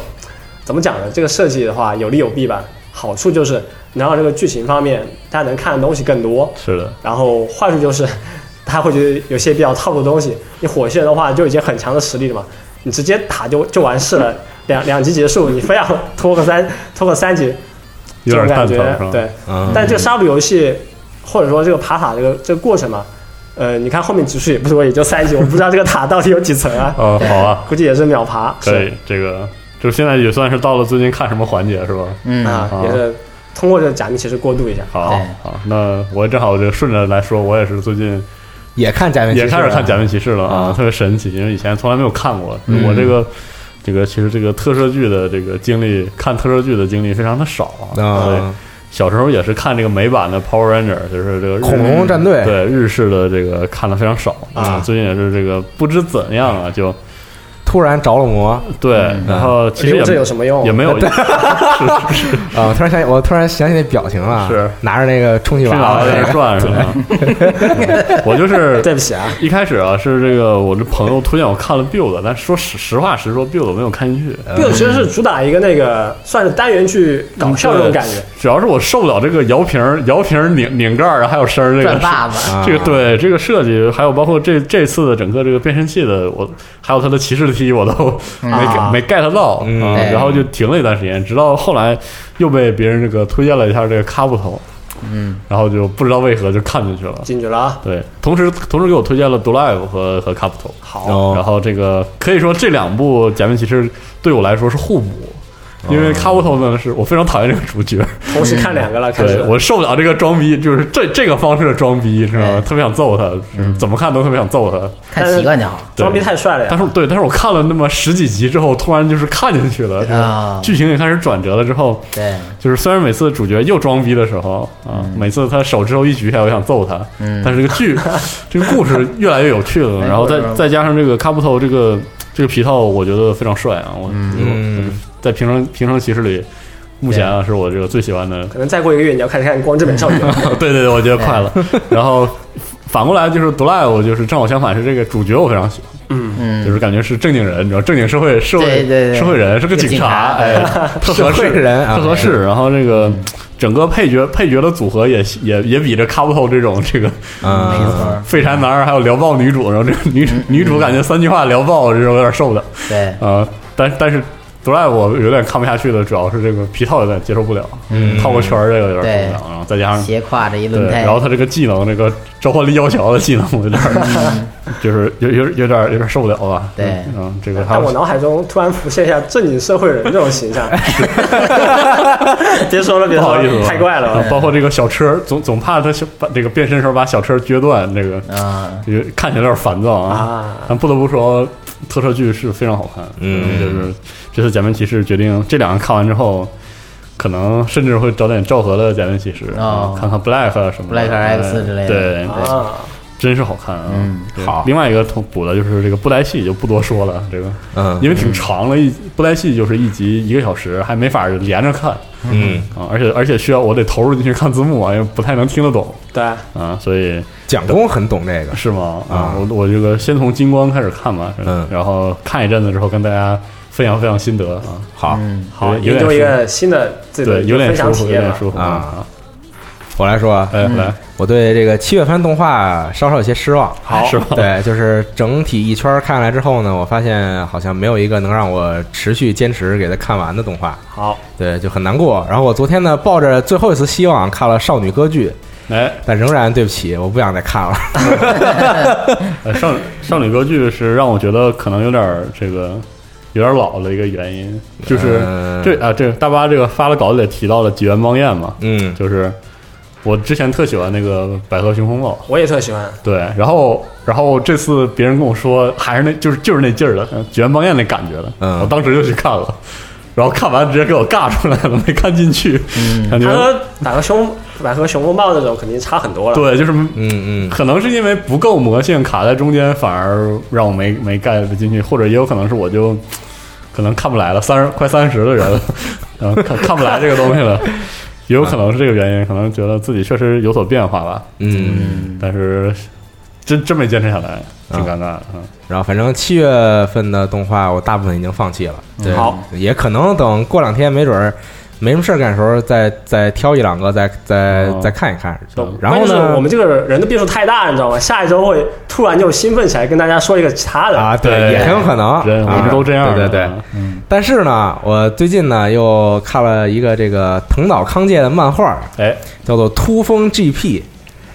怎么讲呢？这个设计的话有利有弊吧。好处就是能让这个剧情方面大家能看的东西更多，是的，然后坏处就是 他会觉得有些比较套路的东西。你火线的话就已经很强的实力了嘛，你直接打就就完事了，两两集结束，你非要拖个三拖个三集，这有点种感蛋觉疼是吧？，对，嗯但这个杀戮游戏或者说这个爬塔这个这个过程嘛，呃，你看后面集数也不多，也就三集，我不知道这个塔到底有几层啊 哦，好啊，估计也是秒爬，可是以，这个就现在也算是到了最近看什么环节是吧？嗯，啊嗯，也是通过这个假面骑士过渡一下。好对好，那我正好就顺着来说，我也是最近嗯也看假面骑士啊也了，开始看《假面骑士》了哎啊啊，特别神奇，因为以前从来没有看过。我这个这个其实这个特摄剧的这个经历，看特摄剧的经历非常的少啊。对，啊，小时候也是看这个美版的《Power Ranger》，就是这个日恐龙战队对日式的这个看的非常少啊最近也是这个不知怎样啊，就突然着了魔对，然后其实留着哎有也什么用？也没有。啊！我突然想起，我突然想起那表情了，是拿着那个充气去娃哪娃儿在那那个，转是吧？ 我就是对不起啊，一开始啊，是这个我这朋友推荐我看了 build，但说实实话实说 build 我没有看进去， build 其实是主打一个那个算是单元剧搞笑这种感觉，主嗯要是我受不了这个摇瓶儿摇瓶儿拧拧盖儿，然后还有声儿这个转把子，啊这个对这个设计，还有包括这这次的整个这个变身器的，我还有它的骑士踢，我都没、啊没 get 到、嗯啊，对然后就停了一段时间，直到后来又被别人这个推荐了一下这个卡布头，嗯，然后就不知道为何就看进去了。进去了啊。对，同时同时给我推荐了《Drive》和和《卡布头》，好，哦然后这个可以说这两部《假面骑士》对我来说是互补，因为卡布头呢是我非常讨厌这个主 角，同时看两个了，开始嗯对我受不了这个装逼，就是这这个方式的装逼，是吧哎对？特别想揍他，怎么看都特别想揍他。看习惯就好。装逼太帅了但哎呀。是对，但是我看了那么十几集之后，突然就是看进去了，啊剧情也开始转折了之后，对，就是虽然每次主角又装逼的时候啊，每次他手指头一举起来，我想揍他，嗯但是这个剧这个故事越来越有趣了，哎然后再我知道再加上这个卡布头这个这个皮套，我觉得非常帅啊，我、嗯在平成平成骑士里，目前啊是我这个最喜欢的可能再过一个月你要开始看《光之美少 女》了，对对对，我觉得快了。 然后反过来就是《Drive》，就是正好相反，是这个主角我非常喜欢，就嗯，是感觉是正经人，你知道，正经社会社会对对对社会人是个警警察，察哎，特合社适会人啊特合适。然后这个整个配角配角的组合也也也比这 Couple 这种这个没嗯，错，废柴男儿还有聊爆女主，然后这个女主女主感觉三句话聊爆，这种有点受不了。对，呃，但但是 Drive 我有点看不下去的，主要是这个皮套有点接受不了，嗯，套个圈儿这个有点受不了，然后再嗯加上斜挎着一对，轮胎然，后他这个技能，这个召唤力要求的技能，我有点儿就是有有有点有点受不了吧？嗯对嗯，这个还但有我脑海中突然浮现一下正经社会人这种形象。 别说了，别不说好意思了，吧，太怪了啊吧。包括这个小车，总总怕他小把这个变身时候把小车撅断，这个啊，也看起来有点烦躁啊啊。但不得不说，特摄剧是非常好看。嗯就是这次《假面骑士》决定这两个看完之后，可能甚至会找点昭和的《假面骑士》哦看看 Black 啊什么的 Black 哎 X 之类的对，啊，真是好看啊。嗯对好另外一个同补的就是这个布袋戏，就不多说了。这个嗯因为挺长了，一布袋戏就是一集一个小时，还没法连着看嗯，啊。而且而且需要我得投入进去看字幕啊，因为不太能听得懂对，啊，所以。蒋工很懂这个，是吗？啊我我这个先从金光开始看吧，嗯然后看一阵子之后跟大家分享分享心得啊，好，嗯，好，有研点究一舒个新的自己的对，有点分舒享服，体有验点吧。舒服啊，我来说啊，哎来，我对这个七月番动画稍稍有些失望。啊好是吧？对，就是整体一圈儿看来之后呢，我发现好像没有一个能让我持续坚持给它看完的动画，好，对，就很难过。然后我昨天呢，抱着最后一丝希望看了少女歌剧，哎，但仍然对不起，我不想再看了。 呃少女少女歌剧是让我觉得可能有点儿这个。有点老的一个原因，就是嗯这啊，这个大巴这个发了稿子也提到了几元邦彦嘛，嗯就是我之前特喜欢那个百合熊风暴，我也特喜欢。对，然后然后这次别人跟我说还是那就是就是那劲儿的，嗯卷邦彦那感觉的，嗯我当时就去看了，然后看完直接给我尬出来了，没看进去，嗯感他觉和百合熊、百合熊风暴那种肯定差很多了。对，就是嗯嗯 可能是因为不够魔性卡在中间，反而让我没没 get 进去，或者也有可能是我就可能看不来了，三十快三十的人了， 嗯，看看不来这个东西了，也有可能是这个原因，可能觉得自己确实有所变化吧，嗯。啊但是真真没坚持下来，挺尴尬的，嗯。然后反正七月份的动画我大部分已经放弃了，对，好，也可能等过两天没准儿没什么事儿干的时候再再挑一两个再再哦再看一看懂。然后关键呢是，我们这个人的变数太大，你知道吗？下一周会突然就兴奋起来，跟大家说一个其他的啊，对也很有可能，人我啊们都这样对的，对对。嗯，但是呢，我最近呢又看了一个这个藤岛康介的漫画，哎，叫做《突风 GP》。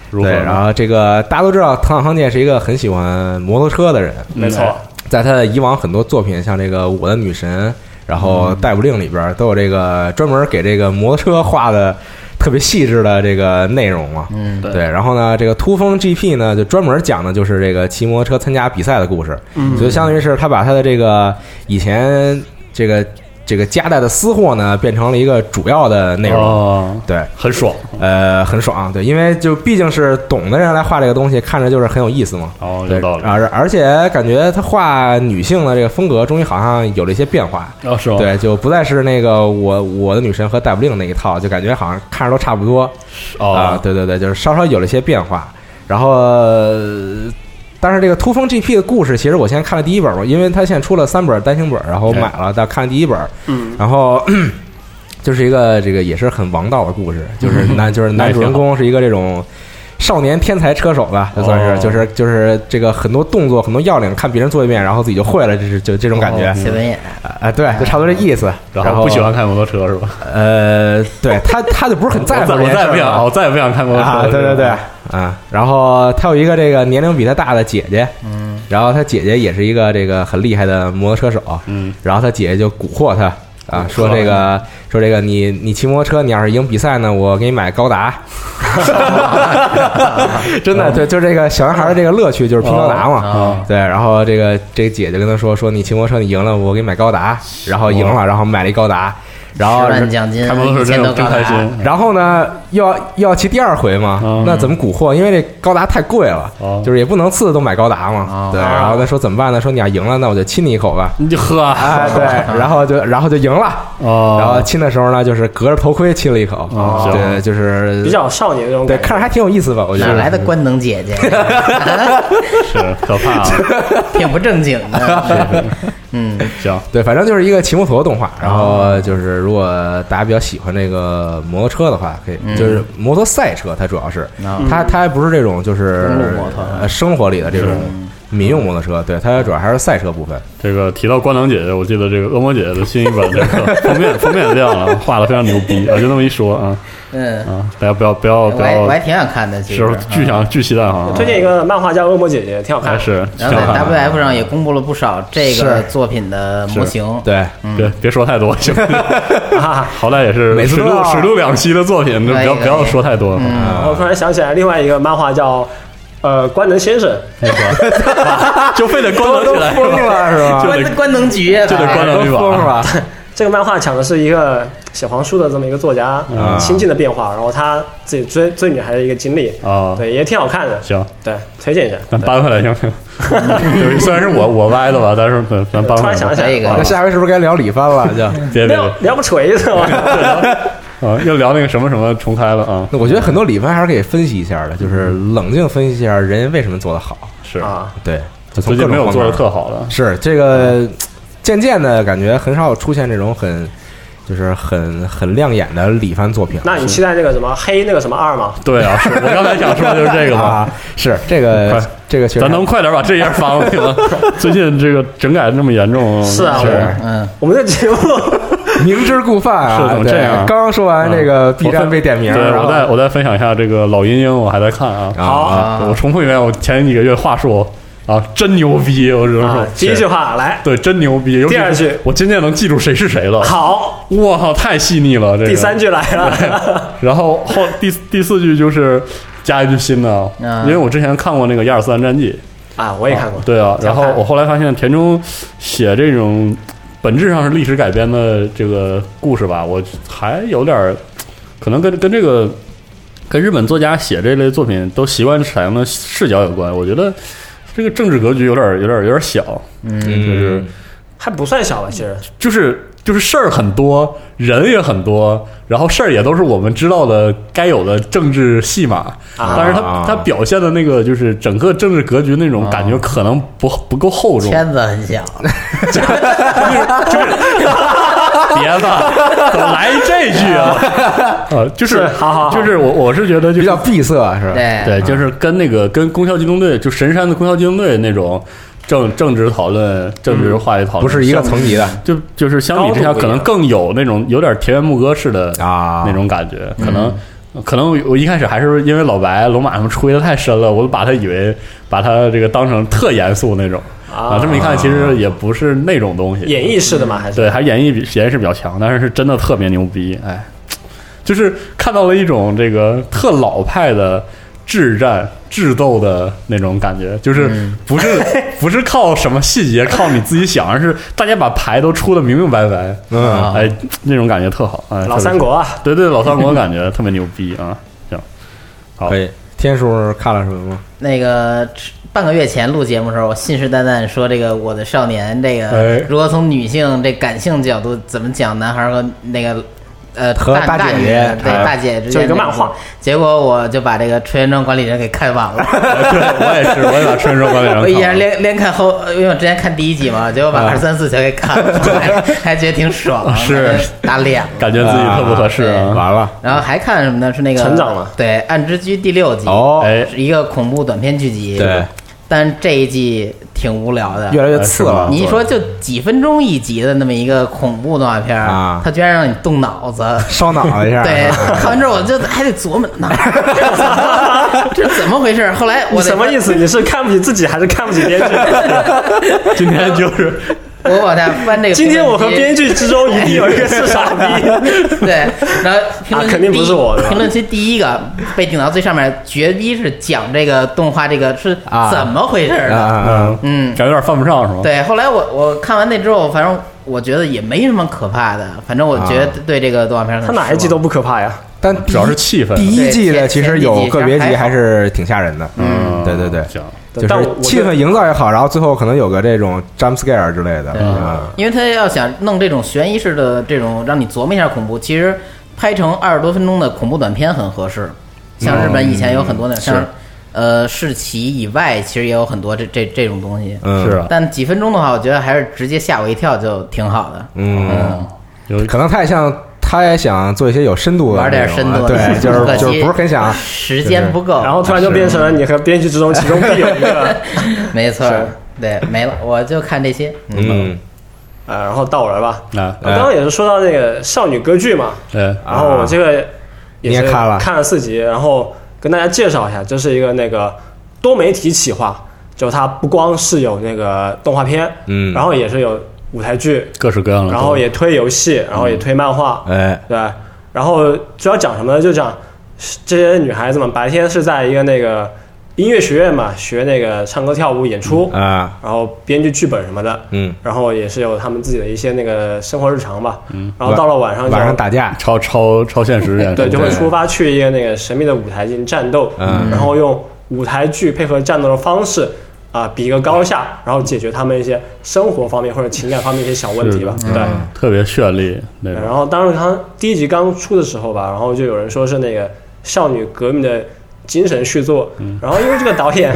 如何对，呢？然后这个大家都知道，藤岛康介是一个很喜欢摩托车的人，没错，在他的以往很多作品，像这个《我的女神》，然后《逮捕令》里边都有这个专门给这个摩托车画的特别细致的这个内容嘛。嗯，对，然后呢，这个突风 GP 呢，就专门讲的就是这个骑摩托车参加比赛的故事，嗯，所以相当于是他把他的这个以前这个这个夹带的私货呢，变成了一个主要的内容，哦，对，很爽呃，很爽，对，因为就毕竟是懂的人来画这个东西，看着就是很有意思嘛，哦对啊有道理而而且感觉他画女性的这个风格，终于好像有了一些变化，哦，是吗？对，就不再是那个我我的女神和逮捕令那一套，就感觉好像看着都差不多，啊，哦，对对对，就是稍稍有了一些变化。然后，呃但是这个《突风 GP》的故事，其实我先看了第一本吧，因为它现在出了三本单行本，然后我买了，但看了第一本，嗯，然后。 就是一个这个也是很王道的故事，就是 男就是嗯男主人公是一个这种少年天才车手吧，就算哦是就是就是这个很多动作很多要领，看别人做一遍，然后自己就会了，这是就这种感觉，哦谢文也，啊，对，就差不多这意思。然后后不喜欢开摩托车是吧？呃，对他他就不是很在我乎再啊这我件事再儿也不了想，我再也不想开摩托车啊，了。对对是对，吧啊，然后他有一个这个年龄比他大的姐姐，嗯，然后他姐姐也是一个这个很厉害的摩托车手，嗯，然后他姐姐就蛊惑他啊，说这个说这个你你骑摩托车，你要是赢比赛呢，我给你买高 达，真的对，就是这个小男孩的这个乐趣就是拼高达嘛，啊，对，然后这个这个姐姐跟他说说你骑摩托车你赢了，我给你买高达，然后赢了，然后买了一高达，然十后万奖金，开摩托车一千真多真高开达，心。嗯然后呢，又要又要骑第二回嘛，嗯那怎么蛊惑？因为这高达太贵了，哦就是也不能次次都买高达嘛。哦对，然后他说怎么办呢？说你要赢了，那我就亲你一口吧。你就喝啊，哎，对， 然后就然后就赢了。哦，然后亲的时候呢，就是隔着头盔亲了一口，哦对，就是比较少年这种对，感觉。看着还挺有意思吧？我觉哪得来的官能姐姐， 是可怕啊，挺不正经的。嗯，行，对，反正就是一个骑摩托的动画。然后哦就是，如果大家比较喜欢这个摩托车的话，可以、嗯就是摩托赛车，它主要是、嗯它它还不是这种就是公路摩托呃生活里的这种民用摩托车，对，它主要还是赛车部分。这个提到关党姐姐，我记得这个恶魔姐姐的新一本这个封面封面亮了，画的非常牛逼啊！就那么一说啊嗯，啊，大家不要不要我不还我还要，挺想看的，其实哦嗯是不是巨想巨期待哈，推荐一个漫画叫《恶魔姐姐》，挺好看还的。哦啊 是挺好然后在看的 WF 上也公布了不少这个是作品的模型，对，别别说太多，行，好歹也是每次水都陆要水陆两栖的作品，就不要可以不要可以说太多，嗯然后突然想起来另外一个漫画叫呃《官能先生》，啊就非得哦关灯都起来，疯了是吧？就关得关能局啊就得关都灯去疯了吧。吧？这个漫画讲的是一个小黄书的这么一个作家啊嗯心境的变化，然后他自己追追女孩的一个经历，啊，对，也挺好看的。行，对，推荐一下。咱搬回来行 行，对虽然是我我歪的吧，但是咱咱搬突回然想来，起来可以可以那下回是不是该聊李帆了？就。别别别聊聊个锤 子嘛，啊，又聊那个什么什么重开了啊，那我觉得很多李帆还是可以分析一下的，就是冷静分析一下人家为什么做得好。是啊，对，就最从近各种没有方做的面特好的，是这个，渐渐的感觉很少出现这种很，就是很很亮眼的李帆作品了。那你期待那个什么黑那个什么二吗？对啊，是我刚才想说的就是这个嘛啊，，是这个快这个确实，咱能快点把这页翻过去吗？ 最近这个整改那么严重，是啊是嗯，我们的 节目明知故犯是怎啊，么对这样刚刚说完这个嗯 B 站被点名，对，然我后再我再分享一下这个老阴影，我还在看啊。好啊，我重复一遍我前几个月话术啊，真牛逼，我只能说啊，第一句话来对，真牛逼。尤其第二句我渐渐能记住谁是谁了。好，我靠，太细腻了。这个第三句来了，然后后第第四句就是加一句新的，啊嗯因为我之前看过那个《亚尔斯兰战记》， 啊，我也啊看过，对啊，然后好看我后来发现田中写这种本质上是历史改编的这个故事吧，我还有点儿可能跟跟这个跟日本作家写这类作品都习惯采用的视角有关，我觉得。这个政治格局有点儿有点儿有点儿小，嗯嗯就是还不算小吧，其实就是就是事儿很多，人也很多，然后事儿也都是我们知道的该有的政治戏码，啊但是他他表现的那个就是整个政治格局那种感觉可能不不够厚重，圈子很小， 别的，怎么来这句啊？ 呃，就是，好好好就是我我是觉得就比是较闭塞是吧？对对，就是跟那个跟功效机动队，就神山的功效机动队那种政政治讨论、政治话语讨论，嗯不是一个层级的就就是相比之下，高度不一可样能更有那种有点田园牧歌式的啊那种感觉，嗯可能。可能我一开始还是因为老白、龙马他们吹的太深了，我把他以为把他这个当成特严肃那种啊这么一看，其实也不是那种东西。演绎式的嘛，还是对，还演绎比演绎是比较强，但是是真的特别牛逼，哎，就是看到了一种这个特老派的智战智斗的那种感觉，就是嗯不 是、不是靠什么细节，靠你自己想，而是大家把牌都出的明明白白，啊嗯，哎，那种感觉特好，哎，老特别三国啊，是，对对，老三国感觉特别牛逼啊，行， 好可以。天叔看了什么吗？那个半个月前录节目的时候，我信誓旦旦说这个《我的少年》这哎个如何从女性这感性角度怎么讲男孩和那个呃和大大姐女人对哎大姐之间就一个那漫画故事，结果我就把这个《春原庄管理人》给看完了。哎对我也是，我也把《春日管理人》我一看人完了。连连看后，因为我之前看第一集嘛，结果把啊二三四全给看了， 还还觉得挺爽，是感觉打脸了。感觉自己特不合适啊！完了然后还看什么呢？是那个成长了对《暗之居》第六集，哦，哎，是一个恐怖短片剧集。对，但这一季挺无聊的。越来越哎是次吗了。你一说就几分钟一集的那么一个恐怖动画片儿啊它居然让你动脑子。烧脑袋一下， 啊啊 对，看完之后我就还得琢磨哪儿，这怎么回事？后来你我得什么意思？你是看不起自己还是 看不起编剧？今天就是我往下翻这个评论区。今天我和编剧之中一定有一个是傻 逼， 对，然后评论区啊肯定不是我第一是吧评论区第一个被顶到最上面，绝逼是讲这个动画这个是啊怎么回事啊儿的。啊，啊嗯感觉有点犯不上是吗？对，后来我我看完那之后，反正我觉得也没什么可怕的，反正我觉得对这个动画片很啊他哪一季都不可怕呀？但主要是气氛。第一季对的其前前实几有季个还别集好还是挺吓人的，嗯对对对，行，就但我是气氛营造也好，然后最后可能有个这种 jump scare 之类的对啊，因为他要想弄这种悬疑式的这种让你琢磨一下恐怖，其嗯实拍成二十多分钟的恐怖短片很合适。像日本以前有很多那种，像呃视其以外，其实也有很多这这这种东西。嗯是啊，但几分钟的话，我觉得还是直接吓我一跳就挺好的。嗯，有可能他也像他也想做一些有深度的玩点内容深度啊的， 对，就可是惜就是不是很想 时间不够。然后突然就变哦成了你和编剧之中其中必有一 个， 没错是，对，没了，我就看这些。嗯，嗯呃，然后到我来吧。啊，哎我刚刚也是说到那个少女歌剧嘛，对，然后我这个也啊你是也看了看了四集，然后跟大家介绍一下，这是一个那个多媒体企划，就它不光是有那个动画片，嗯然后也是有舞台剧，各式各样的，然后也推游戏，然后也推漫画，嗯哎对，然后主要讲什么呢？就讲这些女孩子们白天是在一个那个音乐学院嘛，学那个唱歌跳舞演出，啊然后编剧剧本什么的，嗯，然后也是有他们自己的一些那个生活日常吧，嗯，然后到了晚上就晚上打架，超超超现实演出，对，就会出发去一个那个神秘的舞台进行战斗，嗯然后用舞台剧配合战斗的方式啊、比一个高嗯下，然后解决他们一些生活方面或者情感方面一些小问题吧，是对。嗯特别绚丽那然种，后当时刚第一集刚出的时候吧，然后就有人说是那个少女革命的精神续作，然后因为这个导 演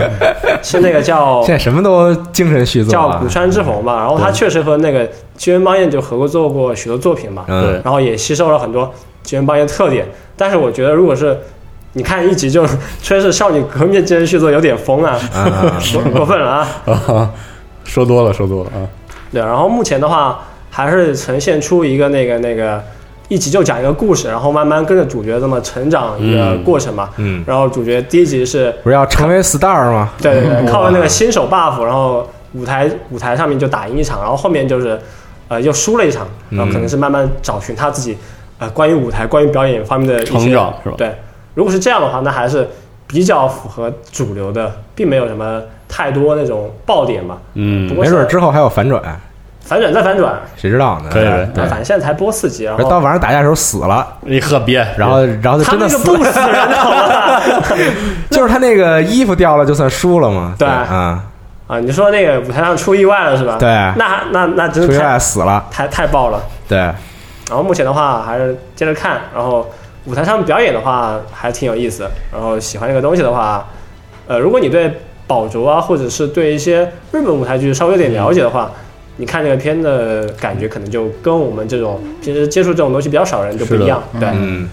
是那个叫嗯现在啊什么都精神续作啊哦叫了古，川志宏吧，然后他确实和那个吉原邦彦就合作过许多作品嘛，嗯对然后也吸收了很多吉原邦彦的特点，但是我觉得如果是你看一集就 吹是少女革命的精神续作，有点疯啊，啊过 过分了啊，啊， 说多了说多了啊，对，然后目前的话还是呈现出一个那个那个一集就讲一个故事，然后慢慢跟着主角这么成长一个嗯过程嘛。嗯然后主角第一集是不是要成为 star 吗？对对对，靠那个新手 buff，然后舞台舞台上面就打赢一场，然后后面就是呃又输了一场，然后嗯可能是慢慢找寻他自己呃关于舞台、关于表演方面的一些成长是吧对，如果是这样的话，那还是比较符合主流的，并没有什么太多那种爆点吧。嗯不，过没准儿之后还有反转，反转再反转，谁知道呢？可以对反正现在才播四集，然而到后晚上打架的时候死了，你可别，然后然后就他真们的那个死不了，死人的好吗？就是他那个衣服掉了就算输了嘛。对啊，啊，你说那个舞台上出意外了是吧？对那那那真出是意太外死了，太太爆了。对，然后目前的话还是接着看，然后舞台上表演的话还挺有意思。然后喜欢这个东西的话，呃，如果你对宝镯啊，或者是对一些日本舞台剧稍微有点了解的话，你看这个片的感觉可能就跟我们这种平时接触这种东西比较少的人就不一样。对，嗯，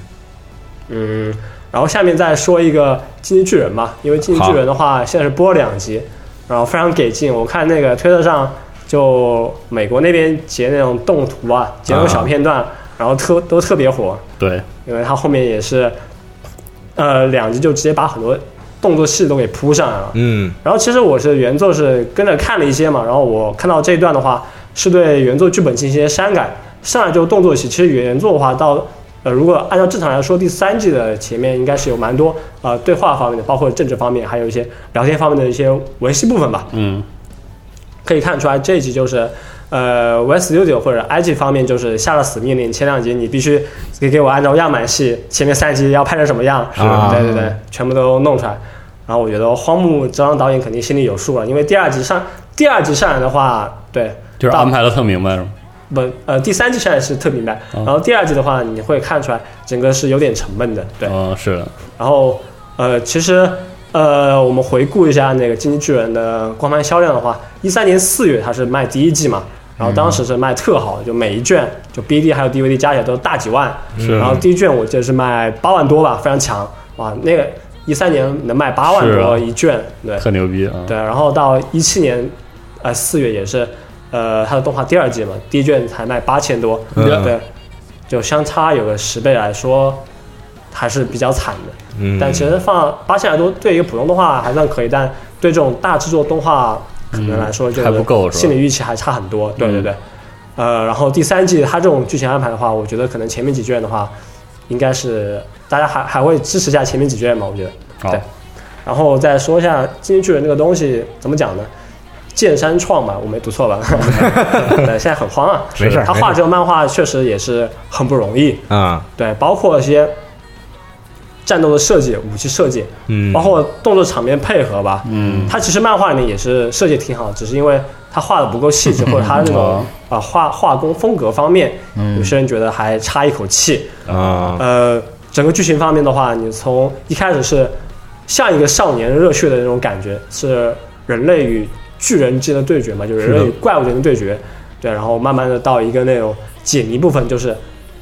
嗯，然后下面再说一个《进击巨人》吧，因为《进击巨人》的话现在是播了两集，然后非常给劲。我看那个推特上就美国那边截那种动图啊，截那种小片段，然后特都特别火，对，因为它后面也是，呃，两集就直接把很多动作戏都给铺上来了。嗯，然后其实我是原作是跟着看了一些嘛，然后我看到这一段的话，是对原作剧本进行一些删改，上来就动作戏。其实原作的话到。呃，如果按照正常来说，第三季的前面应该是有蛮多呃对话方面的，包括政治方面，还有一些聊天方面的一些文戏部分吧。嗯，可以看出来，这一集就是，呃，West Studio 或者 IG 方面就是下了死命令，前两集你必须给给我按照样板戏，前面三集要拍成什么样，啊对对对，全部都弄出来。然后我觉得荒木哲郎导演肯定心里有数了，因为第二集上第二集上来的话，对，就是到安排的特明白是吗？不呃第三季上来是特明白，然后第二季的话你会看出来整个是有点沉闷的，对。嗯，是的，然后呃，其实呃，我们回顾一下那个《经济巨人》的光盘销量的话，一三年四月它是卖第一季嘛，然后当时是卖特好，就每一卷就 BD 还有 DVD 加起来都大几万，是然后第一卷我记得是卖八万多吧，非常强，哇，那个一三年能卖八万是啊多一卷，对特牛逼啊，对，然后到一七年呃四月也是。呃，它的动画第二季嘛，第一卷才卖八千多，嗯对，就相差有个十倍来说，还是比较惨的。嗯但其实放八千来多对一个普通动画还算可以，但对这种大制作动画可能来嗯说就是还不够是吧心理预期还差很多。对对对，呃，然后第三季它这种剧情安排的话，我觉得可能前面几卷的话，应该是大家还还会支持一下前面几卷嘛，我觉得。好对，然后再说一下《进击巨人》这个东西怎么讲呢？剑山创吧，我没读错吧？ 对，现在很慌啊。没事儿他没事画儿这个漫画确实也是很不容易。啊，对，包括一些战斗的设计、武器设计，嗯，包括动作场面配合吧。嗯，它其实漫画里面也是设计挺好，只是因为它画的不够细致，或者它那种哦啊画画工风格方面，有些人觉得还差一口气。啊，呃，整个剧情方面的话，你从一开始是像一个少年热血的那种感觉，是人类与巨人之间的对决嘛，就是人类与怪物之间的对决。对，然后慢慢的到一个那种解谜部分，就是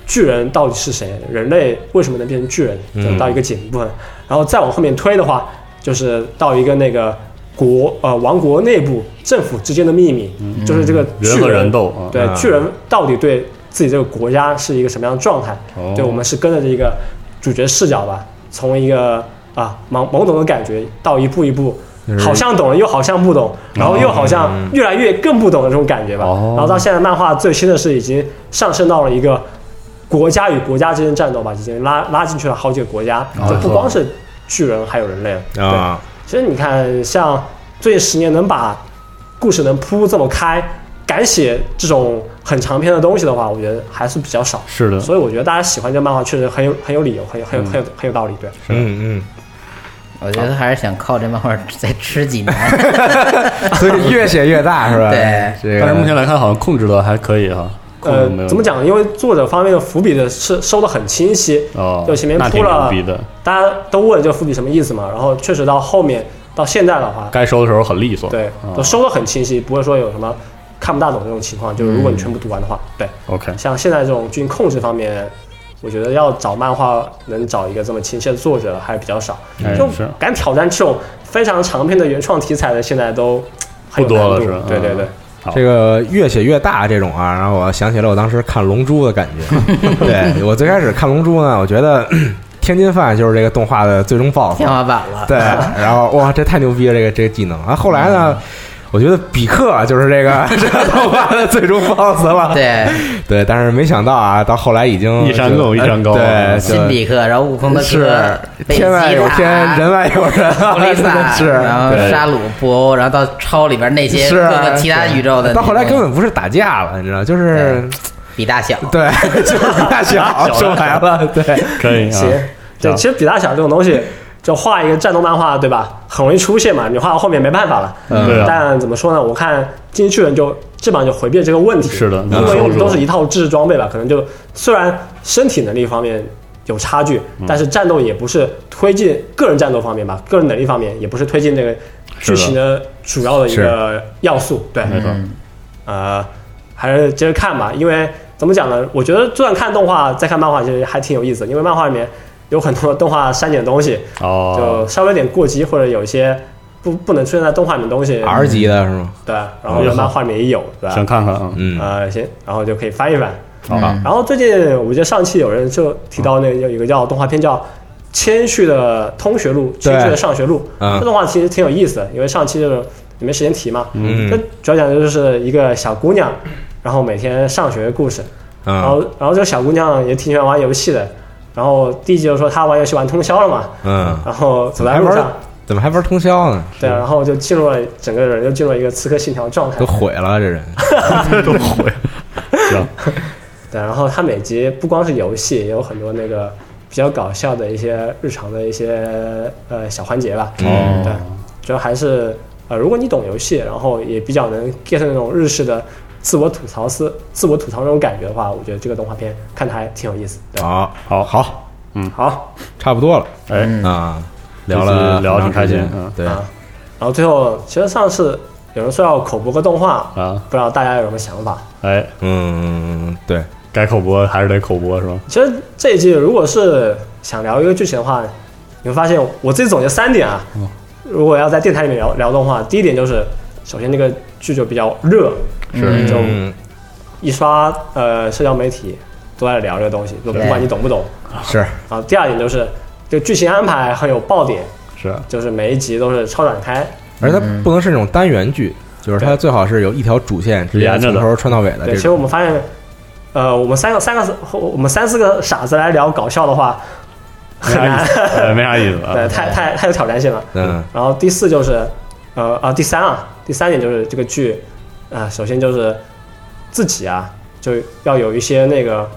巨人到底是谁，人类为什么能变成巨人，就到一个解谜部嗯分。然后再往后面推的话，就是到一个那个国呃王国内部政府之间的秘密，就是这个巨嗯人和人斗啊对啊巨人到底对自己这个国家是一个什么样的状态？哦对，我们是跟着这个主角视角吧，从一个啊懵懵懂的感觉到一步一步。就是哦嗯好像懂了，又好像不懂，然后又好像越来越更不懂的这种感觉吧。哦然后到现在，漫画最新的是已经上升到了一个国家与国家之间的战斗吧，已经拉拉进去了好几个国家，就哦不光是巨人，还有人类了。啊，其实你看，像最近十年能把故事能铺这么开，敢写这种很长篇的东西的话，我觉得还是比较少。是的嗯所以我觉得大家喜欢这漫画，确实很有很有理由，很有很有很有很有道理。对，嗯我觉得还是想靠这漫画再吃几 年。嗯，所以越写越大是吧？对这个但是目前来看，好像控制的还可以哈。控制呃没有，怎么？讲？呢？因为作者方面的伏笔的是收的很清晰，哦，就前面那铺挺牛了逼的，大家都问这个伏笔什么意思嘛。然后确实到后面到现在的话，该收的时候很利索。对，都哦收的很清晰，不会说有什么看不大懂这种情况。就是如果你全部读完的话，对。 ，OK，像现在这种剧情控制方面，我觉得要找漫画能找一个这么清晰的作者还是比较少哎，就是敢挑战这种非常长篇的原创题材的，现在都很不多有了难度是吧？对对嗯对，好这个越写越大这种啊，然后我想起了我当时看《龙珠》的感 觉。对我最开始看《龙珠》呢，我觉得 天津饭就是这个动画的最终 BOSS 天。花板 了。对，然后哇，这太牛逼了，这个这个技能啊！后来呢，嗯我觉得比克啊就是这 个这个动画的最终 BOSS 了。对，对，但是没想到啊，到后来已经一山就更有一山高对，嗯就新比克，然后悟空的是哥，北极天外有塔天，人外有人啊，弗利真的萨，是然后对沙鲁、布欧，然后到超里边那些是啊各个其他对宇宙的那到种，后来根本不是打架了，你知道，就是比大小。对， 就是比大小 说白了，对，可以啊行。，对，好其实比大小这种东西，就画一个战斗漫画，对吧？很容易出现嘛，你画到后面没办法了。嗯对啊但怎么说呢？我看《进击巨人》就基本上就回避了这个问题。是的因为用嗯的都是一套制式装备吧，可能就虽然身体能力方面。有差距，嗯但是战斗也不是推进个人战斗方面吧，个人能力方面也不是推进这个是剧的情的主要的一个要素。对，没错，呃，还是接着看吧，因为怎么讲呢？我觉得就算看动画，再看漫画，其实还挺有意思，因为漫画里面有很多动画删减的东西，哦就，稍微有点过激，或者有一些不不能出现在动画里面的东西， R 级的是吗？对，然后在漫画里面也有，对想吧？看看啊，嗯，嗯，呃，行，然后就可以翻一翻。啊好，然后最近我记得上期有人就提到那个有一个叫动画片叫《谦虚的通学路》，谦虚的上学路。嗯这动画其实挺有意思的，因为上期就是也没时间提嘛。嗯这主要讲的就是一个小姑娘，然后每天上学的故事。然啊后，然后这个小姑娘也挺喜欢玩游戏的。然后第一集就说她玩游戏玩通宵了嘛，嗯，然后走怎么在还路玩上，怎么还玩通宵呢？对，然后就进入了整个人就进入了一个刺客信条状态都。毁了这人， 都毁，行，对，然后它每集不光是游戏，也有很多那个比较搞笑的一些日常的一些呃小环节吧。嗯哦对，主要还是呃，如果你懂游戏，然后也比较能 get 那种日式的自我吐槽思、自我吐槽那种感觉的话，我觉得这个动画片看的还挺有意思。对，好，好好，好差不多了哎，啊，这次聊了聊得挺很长时间开心嗯对，啊，然后最后其实上次有人说要口播个动画，啊，不知道大家有什么想法？哎，嗯，对，该口播还是得口播是吧？其实这一季如果是想聊一个剧情的话，你会发现我自己总结三点啊。如果要在电台里面聊聊动画，第一点就是，首先这个剧就比较热，是就嗯，一刷呃社交媒体都在聊这个东西，就不管你懂不懂。是，然后第二点就是，这个剧情安排很有爆点，是，啊就是每一集都是超展开，而且它不能是那种单元剧，就是它最好是有一条主线直接连着从的头穿到尾的对，这其实我种。们发现，呃，我们三个三个我们三四个傻子来聊搞笑的话，没很啥难意， 思，哎，没啥意思对，啊，太太太有挑战性了。嗯，然后第四就是，呃啊，第三啊，第三点就是这个剧，啊、首先就是自己啊，就要有一些那个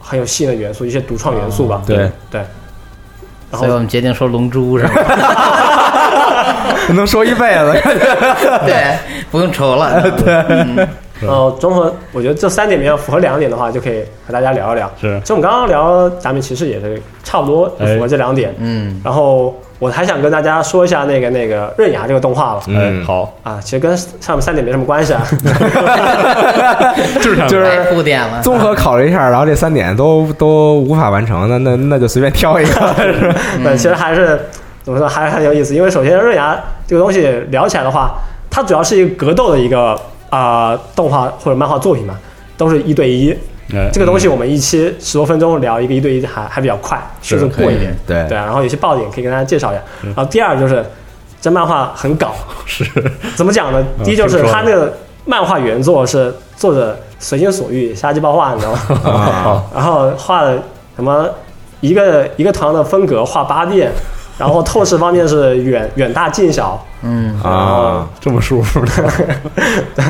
很有吸引的元素，一些独创元素吧。对对。然所以我后们决定说《龙珠》是吧？ 能说一辈子， 感觉对，不用愁 了。对，呃，综合我觉得这三点里面符合两点的话，就可以和大家聊一聊。是就我们刚刚聊《达米骑士》也是差不多就符合这两点。嗯，然后我还想跟大家说一下那个那个刃牙这个动画吧。哎，好，啊，其实跟上面三点没什么关系啊。 就是上面就是太哎铺垫了。综合考虑一下，然后这三点都都无法完成，那那那就随便挑一个，是吧 对，嗯其实还是怎么说，还是很有意思。因为首先，刃牙这个东西聊起来的话，它主要是一个格斗的一个啊、呃动画或者漫画作品嘛，都是一对一。哎这个东西我们一期十多分钟聊一个一对一还还比较快，是速度过一点。对对啊，然后有些爆点可以跟大家介绍一下。嗯然后第二就是这漫画很搞，是怎么讲呢？嗯第一就是听说它了那个漫画原作是作者随心所欲瞎鸡巴画，你知道吗？ 啊，然后画了什么一个一个同样的风格画八遍，然后透视方面是远远大近小， 嗯，啊，这么舒服的 对，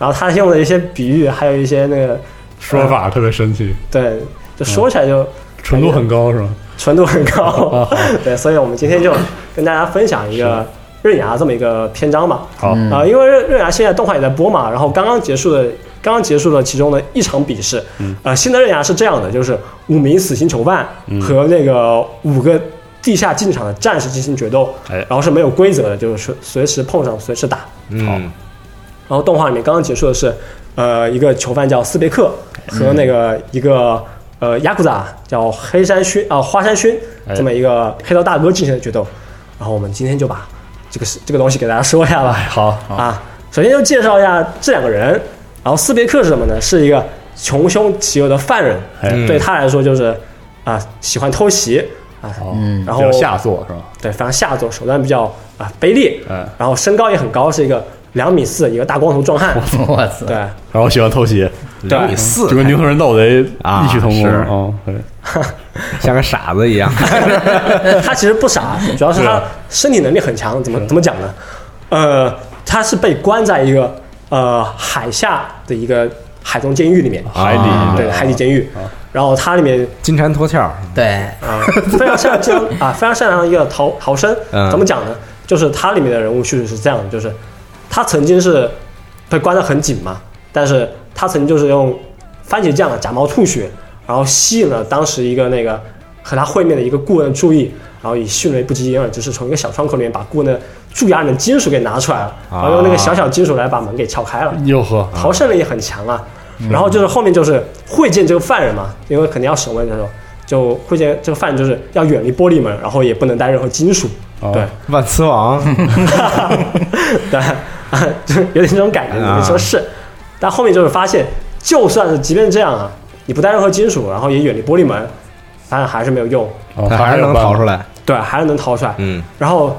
然后他用的一些比喻，还有一些那个说法特别神奇，对，就说起来就纯度很高是吧？纯度很啊高好，对，所以我们今天就跟大家分享一个刃牙这么一个篇章吧。好，啊、因为刃刃牙现在动画也在播嘛，然后刚刚结束的，刚刚结束了其中的一场比试。嗯、呃，新的刃牙是这样的，就是五名死刑囚犯嗯和那个五个地下竞技场的战士进行决斗，哎然后是没有规则的，就是随随时碰上随时打。嗯，然后动画里面刚刚结束的是，呃，一个囚犯叫斯别克和嗯那个一个呃雅库扎叫黑山勋啊、花山勋哎这么一个黑道大哥进行的决斗。然后我们今天就把这个这个东西给大家说一下吧。哎好，啊，首先就介绍一下这两个人。然后斯别克是什么呢？是一个穷凶极恶的犯人，哎对他来说就是啊，喜欢偷袭啊，好，嗯然后比较下作是吧？对，非常下作，手段比较啊卑劣哎，然后身高也很高，是一个两米四一个大光头壮汉， 我操，对，然后喜欢偷袭，两米四就，跟牛头人盗贼啊异曲同工是哦，对像个傻子一样，他其实不傻，主要是他是身体能力很强。怎么怎么讲呢？呃，他是被关在一个呃海下的一个海中监狱里面，海底对海底监狱。然后它里面金蝉脱壳，对，啊、 非常擅长啊，非常擅长一个逃逃生嗯。怎么讲呢？就是它里面的人物叙述是这样的，就是他曾经是被关得很紧嘛，但是他曾经就是用番茄酱假冒吐血，然后吸引了当时一个那个和他会面的一个顾问的注意，然后以迅雷不及掩耳之势从一个小窗口里面把顾问的蛀牙里的金属给拿出来了，然后用那个小小金属来把门给撬开了。哟呵，啊逃生力也很强啊。然后就是后面就是会见这个犯人嘛，因为肯定要审问的时候，就会见这个犯人就是要远离玻璃门，然后也不能带任何金属。哦对， 万磁王，对， 啊，就有点这种感觉，啊你说是？但后面就是发现，就算是即便这样啊，你不带任何金属，然后也远离玻璃门，当然还是没有用。哦他还是有能办法逃出来，对，还是能逃出来。嗯然后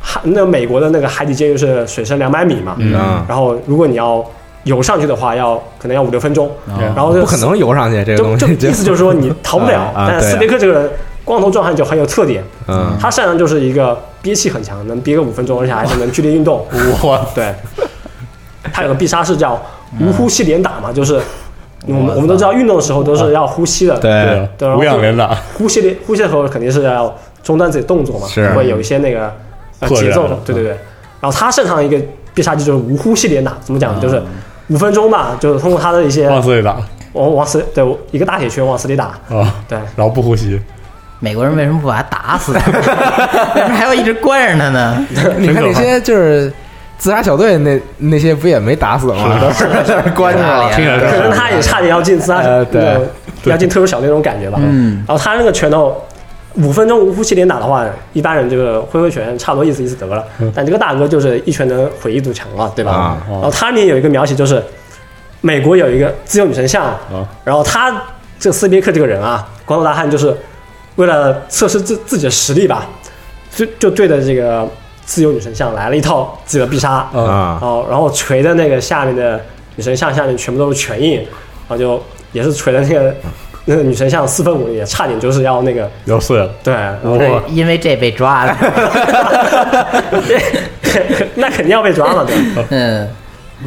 海那美国的那个海底监狱是水深两百米嘛，嗯啊，然后如果你要游上去的话，要可能要五六分钟，哦然后就不可能游上去这个就东就西，意思就是说你逃不了 啊。啊但是斯别克这个人光头壮汉就很有特点，嗯，他擅长就是一个憋气很强，能憋个五分钟，而且还是能剧烈 运动。我对，他有个必杀式叫嗯无呼吸连打嘛，就是我们我们都知道运动的时候都是要呼吸的，对，对然后无氧连打，呼吸连呼吸的时候肯定是要中断自己动作嘛，是会有一些那个呃拓展节奏的，对对对。然后他擅长一个必杀技就是无呼吸连打，怎么讲呢？就是五分钟吧，就是通过他的一些啊往死里打啊往往死对一个大铁圈往死里打，，哦对。然后不呼吸，美国人为什么不把他打死呢？ 为什么还要一直关着他呢？你看那些就是自杀小队那那些不也没打死吗？都是在那儿关着打 吗？听起来可能是他也差点要进自杀小，呃对那种要进特殊小队那种感觉吧。嗯，然后他那个拳头五分钟无呼吸连打的话，一般人这个挥挥拳差不多意思意思得了。但这个大哥就是一拳能毁一堵墙啊，对吧？嗯啊哦然后他里面有一个描写就是，美国有一个自由女神像，啊然后他这个斯别克这个人啊，光头大汉就是为了测试自自己的实力吧，就就对着这个自由女神像来了一套自己的必杀。啊然后然后锤的那个下面的女神像下面全部都是拳印，然后就也是锤的那个 那个女神像四分五裂，也差点就是要那个要碎了，对，然后我是因为这被抓了。 那肯定要被抓嘛，对。嗯，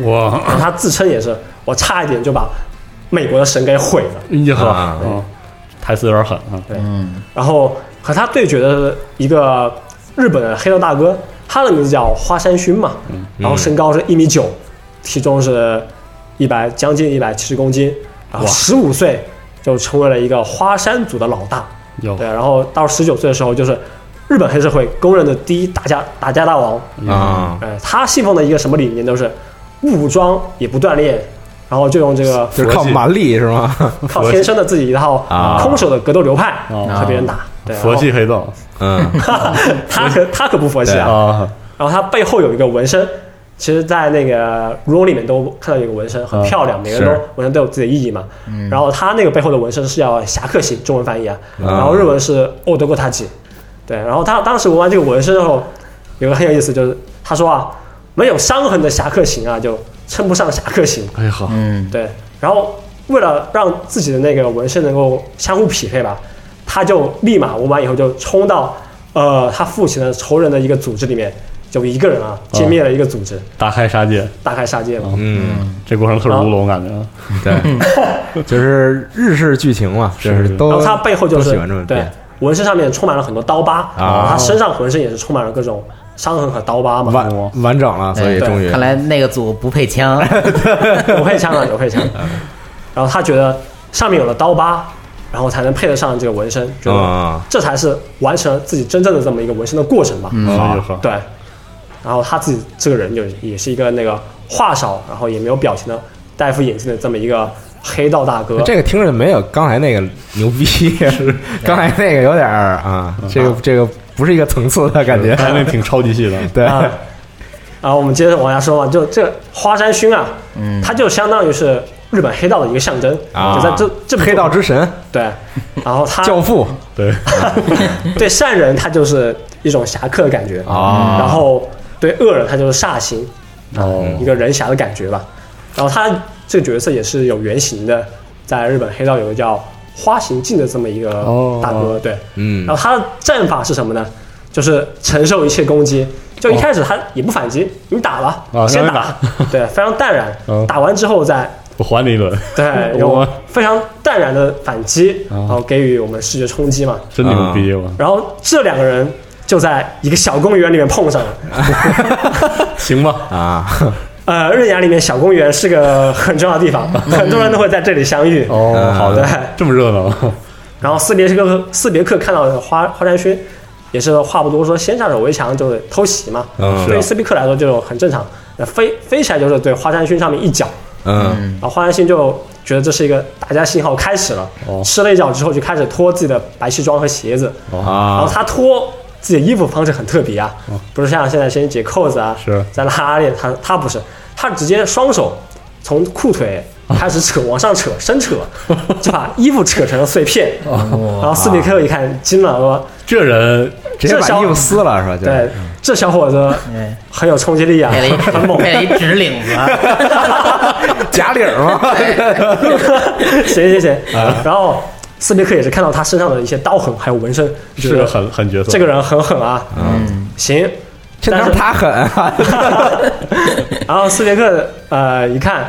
我然 后他自称也是，我差一点就把美国的神给毁了。呀呵啊，嗯台词有点狠啊，对，嗯然后和他对决的是一个日本的黑道大哥，他的名字叫花山勋嘛，嗯然后身高是一米九，体重是一百将近一百七十公斤，然后十五岁就成为了一个花山组的老大，有哦对，然后到十九岁的时候就是日本黑社会公认的第一打架打架大王。啊，哎，他信奉的一个什么理念都是不武装也不锻炼，然后就用这个就是靠蛮力是吗？靠天生的自己一套啊哦空手的格斗流派啊和别人打。对，佛系黑道 嗯，然后， 他可他可不佛系啊。啊，然后他背后有一个纹身，其实，在那个 r o l 里面都看到有个纹身，很漂亮，每个人都是纹身都有自己的意义嘛。然后他那个背后的纹身是叫侠客型，中文翻译啊，然后日文是哦 o d o g o t a i 对，然后他当时纹完这个纹身后，有个很有意思，就是他说啊，没有伤痕的侠客型啊，就称不上侠客型。哎好，嗯，对，然后为了让自己的那个纹身能够相互匹配吧，他就立马纹完以后就冲到呃他父亲的仇人的一个组织里面，就一个人啊歼灭了一个组织，大开杀戒，大开杀戒嘛。嗯，这过程特别乌龙，感觉啊对， 就是日式剧情嘛，嗯就是然都后他背后就都是喜欢这么对变，纹身上面充满了很多刀疤，啊他身上浑身也是充满了各种伤痕和刀疤嘛。嗯完完整了，所以哎对终于看来那个组不配 枪，有配枪啊，有配枪。然后他觉得上面有了刀疤，然后才能配得上这个纹身，觉得啊这才是完成了自己真正的这么一个纹身的过程吧。哎呦呵，对，啊然后他自己这个人就也是一个那个话少，然后也没有表情的戴副眼镜的这么一个黑道大哥。这个听着没有刚才那个牛逼， 刚才那个有点儿啊，嗯这个这个不是一个层次的感觉，还那挺超级细 的， 对，啊，然后我们接着往下说嘛，就这花山薰啊，嗯他就相当于是日本黑道的一个象征，啊就在这这部黑道之神对，然后 他教父对，对善人他就是一种侠客的感觉啊然后对恶人他就是煞星，哦一个人侠的感觉吧。然后他这个角色也是有原型的，在日本黑道有个叫花形镜的这么一个哦大哥，对，嗯然后他的战法是什么呢？就是承受一切攻击，就一开始他也不反击，你打吧，啊先让你打， 对，非常淡然哦，打完之后再我还你一轮， 对，有我非常淡然的反击，哦然后给予我们视觉冲击嘛。真牛逼我，然后这两个人就在一个小公园里面碰上了。 行吧，啊，呃，日牙里面小公园是个很重要的 地方，很多人都会在这里相遇。嗯哦好的啊对，这么热闹， 然后斯别克斯别克看到花花山薰，也是话不多说，先下手为强，就是偷袭嘛。啊嗯对于斯别克来说就很正常。那飞飞起来就是对花山薰上面一脚，嗯然后花山薰就觉得这是一个打架信号开始了，哦吃了一脚之后就开始脱自己的白西装和鞋子，然后啊，他脱自己的衣服方式很特别啊，不是像现在先解扣子啊，哦是再拉链，他他不是，他直接双手从裤腿哦开始扯，往上扯，伸扯，就把衣服扯成了碎片。哦然后斯比克一看惊了，说这人直接把衣服撕了是吧？：“就对，嗯这小伙子对很有冲击力啊， 配了一很猛。配了一直领啊子，假领儿嘛， 行行行，啊然后斯比克也是看到他身上的一些刀痕还有纹身，是觉个得狠狠角色，这个人很狠啊。嗯，行， 这哪有他狠啊？然后斯别克呃一看，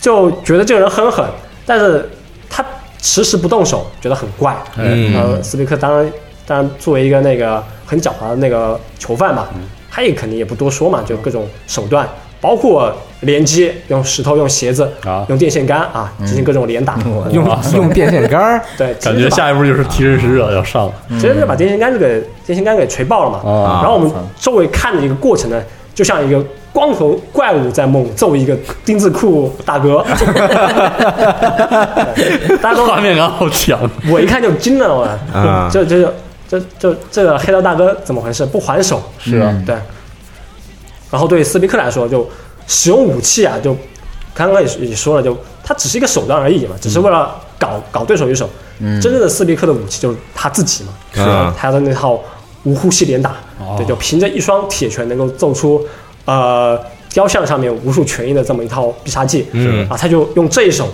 就觉得这个人很狠，但是他迟迟不动手，觉得很怪。哎然后斯别克当然当然作为一个那个很狡猾的那个囚犯嗯吧，他也肯定也不多说嘛，就各种手段，包括连接，用石头、用鞋子、啊嗯用电线杆啊，进行各种连打。用用电线杆儿对，感其实觉啊把下一步就是替身使者要上了，直接就把电线杆就给电线杆给锤爆了嘛。啊然后我们周围看的一个过程呢，就像一个光头怪物在猛揍一个丁字裤大哥。 对大家都 画面感好强，我一看就惊了，我、啊就就就就就这个黑道大哥怎么回事？不还手？嗯是啊，对。然后对斯宾克来说，就使用武器啊，就刚刚也也说了，就他只是一个手段而已嘛，只是为了搞搞对手一手。嗯真正的斯宾克的武器就是他自己嘛，是啊他的那套无呼吸连打，哦对，就凭着一双铁拳能够揍出呃雕像上面无数拳印的这么一套必杀技，嗯啊，他就用这一手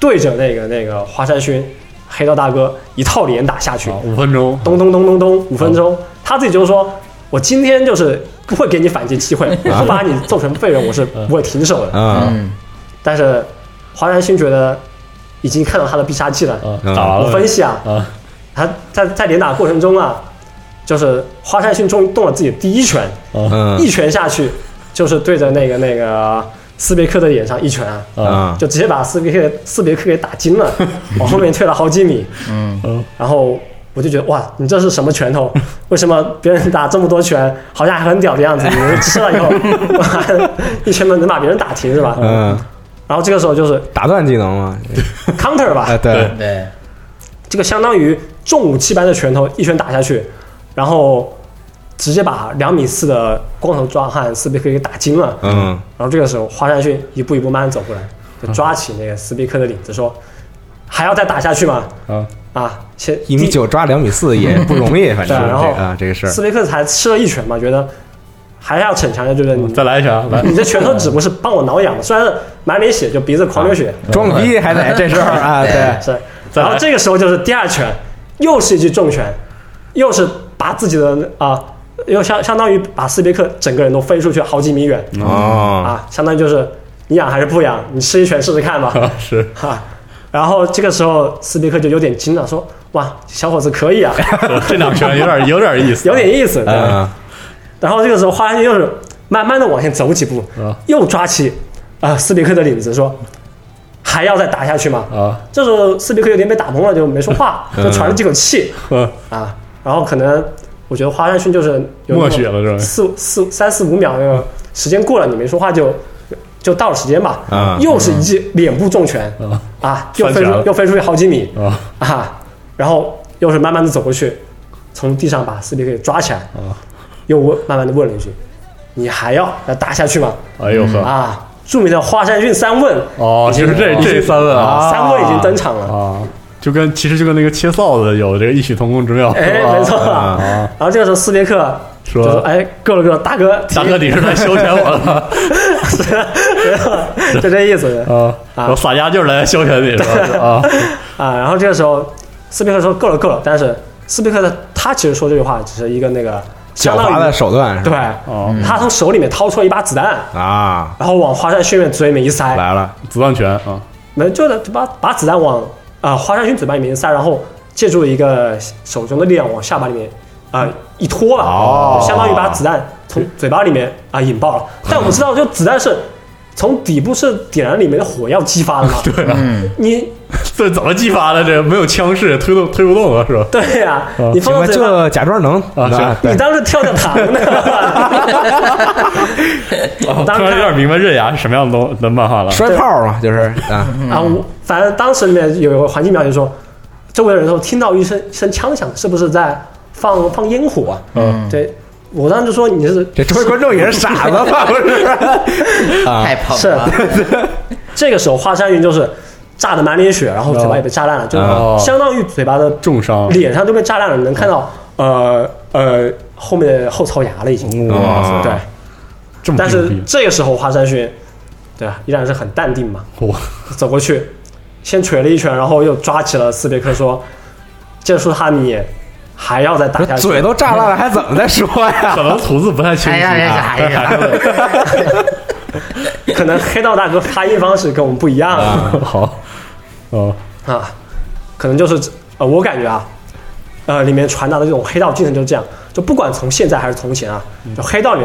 对着那个那个华山勋黑道大哥一套连打下去，啊五分钟，咚咚咚咚咚，五分钟，他自己就说：“我今天就是不会给你反击机会，不把你揍成废人，我是不会停手的。啊，嗯，”但是华山勋觉得已经看到他的必杀技了。啊嗯打完我了分析啊，啊，他在在连打过程中啊，就是华山勋终于动了自己的第一拳，嗯一拳下去就是对着那个那个斯别克的脸上一拳啊，啊就直接把斯别克斯别克给打惊了，往后面退了好几米。嗯嗯然后我就觉得哇，你这是什么拳头？ 为什么别人打这么多拳，好像还很屌的样子？你们吃了以后， 一拳能能把别人打停是吧？嗯，然后这个时候就是打断技能 嘛，counter 吧，哎，对，对，这个相当于重武器般的拳头一拳打下去，然后直接把两米四的光头壮汉斯比克给打惊了。嗯，然后这个时候花山训一步一步慢慢走过来，就抓起那个斯比克的领子说：“还要再打下去吗？”啊，啊，先嗯一米九抓两米四也不容易，反对，正然后这个啊这个事儿，斯维克才吃了一拳嘛，觉得还要逞强一下，就是嗯你再来一拳，来 你这拳头只不过是帮我挠痒的，虽然是满脸血，就鼻子狂流血，啊装个逼还得这事儿啊，对，是。再来哎然后这个时候就是第二拳，又是一记重拳，又是把自己的啊，又相相当于把斯别克整个人都飞出去好几米远、哦，啊，相当于就是你痒还是不痒，你吃一拳试试看吧。啊， 是 哈、然后这个时候斯别克就有点惊了，说：“哇，小伙子可以啊，是呃这两拳有 点有点意思，啊有点意思。对吧嗯，然后这个时候，花山又是慢慢的往前走几步，啊又抓起啊、呃斯比克的领子说：“还要再打下去吗？”啊，这时候斯比克有点被打懵了，就没说 话，就喘了几口气嗯啊。然后可能我觉得花山勋就是有那默种许了是吧四四三四五秒那个时间过了，你没说话就就到了时间吧。啊又是一记脸部重拳嗯啊啊，又翻飞墙出了又飞出去好几米啊啊，然后又是慢慢的走过去，从地上把斯比克给抓起来，又问慢慢的问了一句：“你还要要打下去吗哎呦？”呵，啊，著名的花山郡三问，哦，就是这这三问啊三问已经登场了。啊，就跟其实就跟那个切臊子有这个异曲同工之妙，哎，没错。啊然后这个时候斯别克就哦说哎，够了够了，大哥，大哥，你是来休闲我了吗就这意思啊？啊我撒丫劲儿来休闲你是吧？啊，啊。然后这个时候斯别克说够了够了，但是斯别克的他其实说这句话只是一个那个狡相当猾于的手段是对吧？，哦他从手里面掏出了一把子弹，啊，然后往花山训面嘴里面一塞，来了，子弹拳啊，没就是就把把子弹往啊、花山薰嘴巴里面塞，然后借助一个手中的力量往下巴里面啊、一拖吧，哦就相当于把子弹从嘴巴里面啊、引爆了。但我们知道，就子弹是从底部是点燃里面的火药激发的嘛？对啊你这怎么激发的？这没有枪势，推动推不动啊，是吧？对呀、你行放吧，到嘴巴，就假装能啊那行你对当时跳跳糖呢。哦当突然看有点明白刃牙是什么样的东的漫画了。摔炮嘛， 就是啊，啊，我反正当时里面有个环境描写说，周围的人都听到一声一声枪响，是不是在放放烟火啊？嗯，对，我当时就说你是这周围观众也是傻子吧？不是啊太捧了， 这个时候花山云就是炸的满脸血，然后嘴巴也被炸烂了，就哦相当于嘴巴的重伤，脸上都被炸烂了，能看到呃呃后面的后槽牙了已经。哦哇哦塞，对，这么但牛是逼，这个时候花山勋，对啊，依然是很淡定嘛，哇，走过去，先捶了一拳，然后又抓起了斯别克说：“这是哈米，还 要再打下去。”嘴都炸烂了，还怎么再说呀？ 可能吐字不太清 哎晰呀哎啊。呀哎呀，可能黑道大哥发音方式跟我们不一样啊 好，哦，可能就是呃，我感觉啊，呃，里面传达的这种黑道精神就是这样，就不管从现在还是从前啊，就黑道里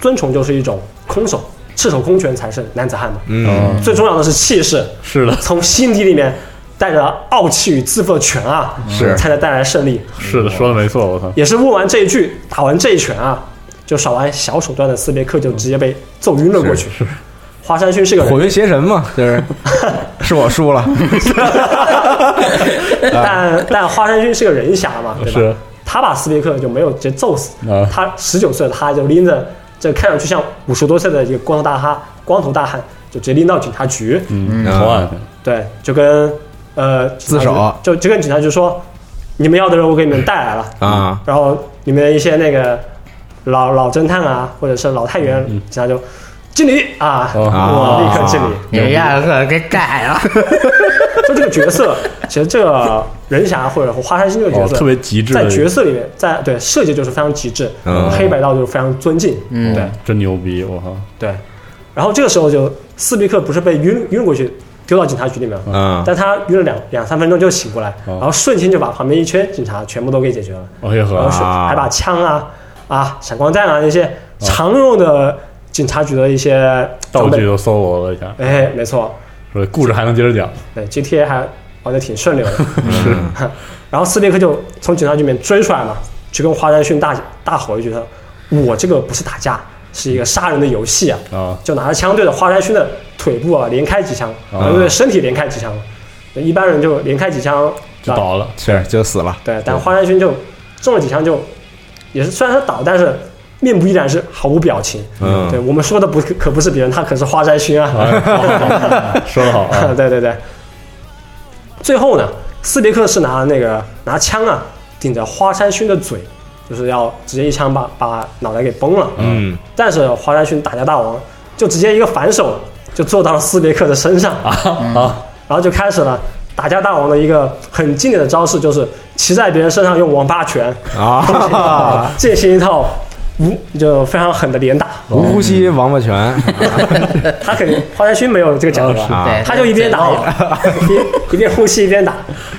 遵从就是一种空手赤手空拳才是男子汉嘛。嗯，最重要的是气势，是的，从心底里面带着傲气与自负的拳啊，是才能带来胜利。是的，说的没错，我操，也是问完这一句，打完这一拳啊，就耍完小手段的斯别克就直接被揍晕了过去。华山勋是个火人，云邪神嘛，就是是我输了，但但华山勋是个人侠嘛，对吧？啊是他把斯别克就没有直接揍死，啊他十九岁的他就拎着这看上去像五十多岁的一个光头大哈光头大汉，就直接拎到警察局，嗯，嗯投案去，对，就跟呃自首就就跟警察局说，你们要的人我给你们带来了啊然后你们一些那个老老侦探啊，或者是老探员，警察就敬礼啊，嗯哦我立刻敬礼。 你们让我哎给改了， 就这个角色，其实这个人侠或者花山星这个角哦，色，特别极致的，在角色里面，在对设计就是非常极致，嗯黑白道就是非常尊敬，嗯对真牛逼，我靠，对。然后这个时候就斯比克不是被晕晕过去，丢到警察局里面了，嗯但他晕了两两三分钟就醒过来，哦然后瞬间就把旁边一圈警察全部都给解决了，哎呀然后呵，是还把枪啊啊闪光弹啊那哦些常用的警察局的一些道装备具，都搜罗了一下，哎，没错，说故事还能接着讲，对 GTA 还玩的挺顺溜的。是。然后斯内克就从警察局里面追出来嘛，就跟华山逊大大吼一句：“他说我这个不是打架，是一个杀人的游戏啊！”啊就拿着枪对着华山逊的腿部啊连开几枪，然后对着身体连开几枪。一般人就连开几枪就啊倒了，是就死了。对，但华山勋就中了几枪就，也是虽然他倒，但是面部依然是毫无表情。嗯对我们说的不可不是别人，他可是华山勋哎 啊。 说得好啊， 对对对。最后呢，斯别克是拿那个拿枪啊顶着华山勋的嘴，就是要直接一枪把把脑袋给崩了。嗯，但是华山勋打架大王就直接一个反手就坐到了斯别克的身上啊啊，然后就开始了打架大王的一个很经典的招式，就是骑在别人身上用王八拳 啊，进行一套无就非常狠的连打。 无呼吸王八拳他肯定华山勋没有这个讲究啊，哎对，他就一边打对一边 一边呼吸一边打。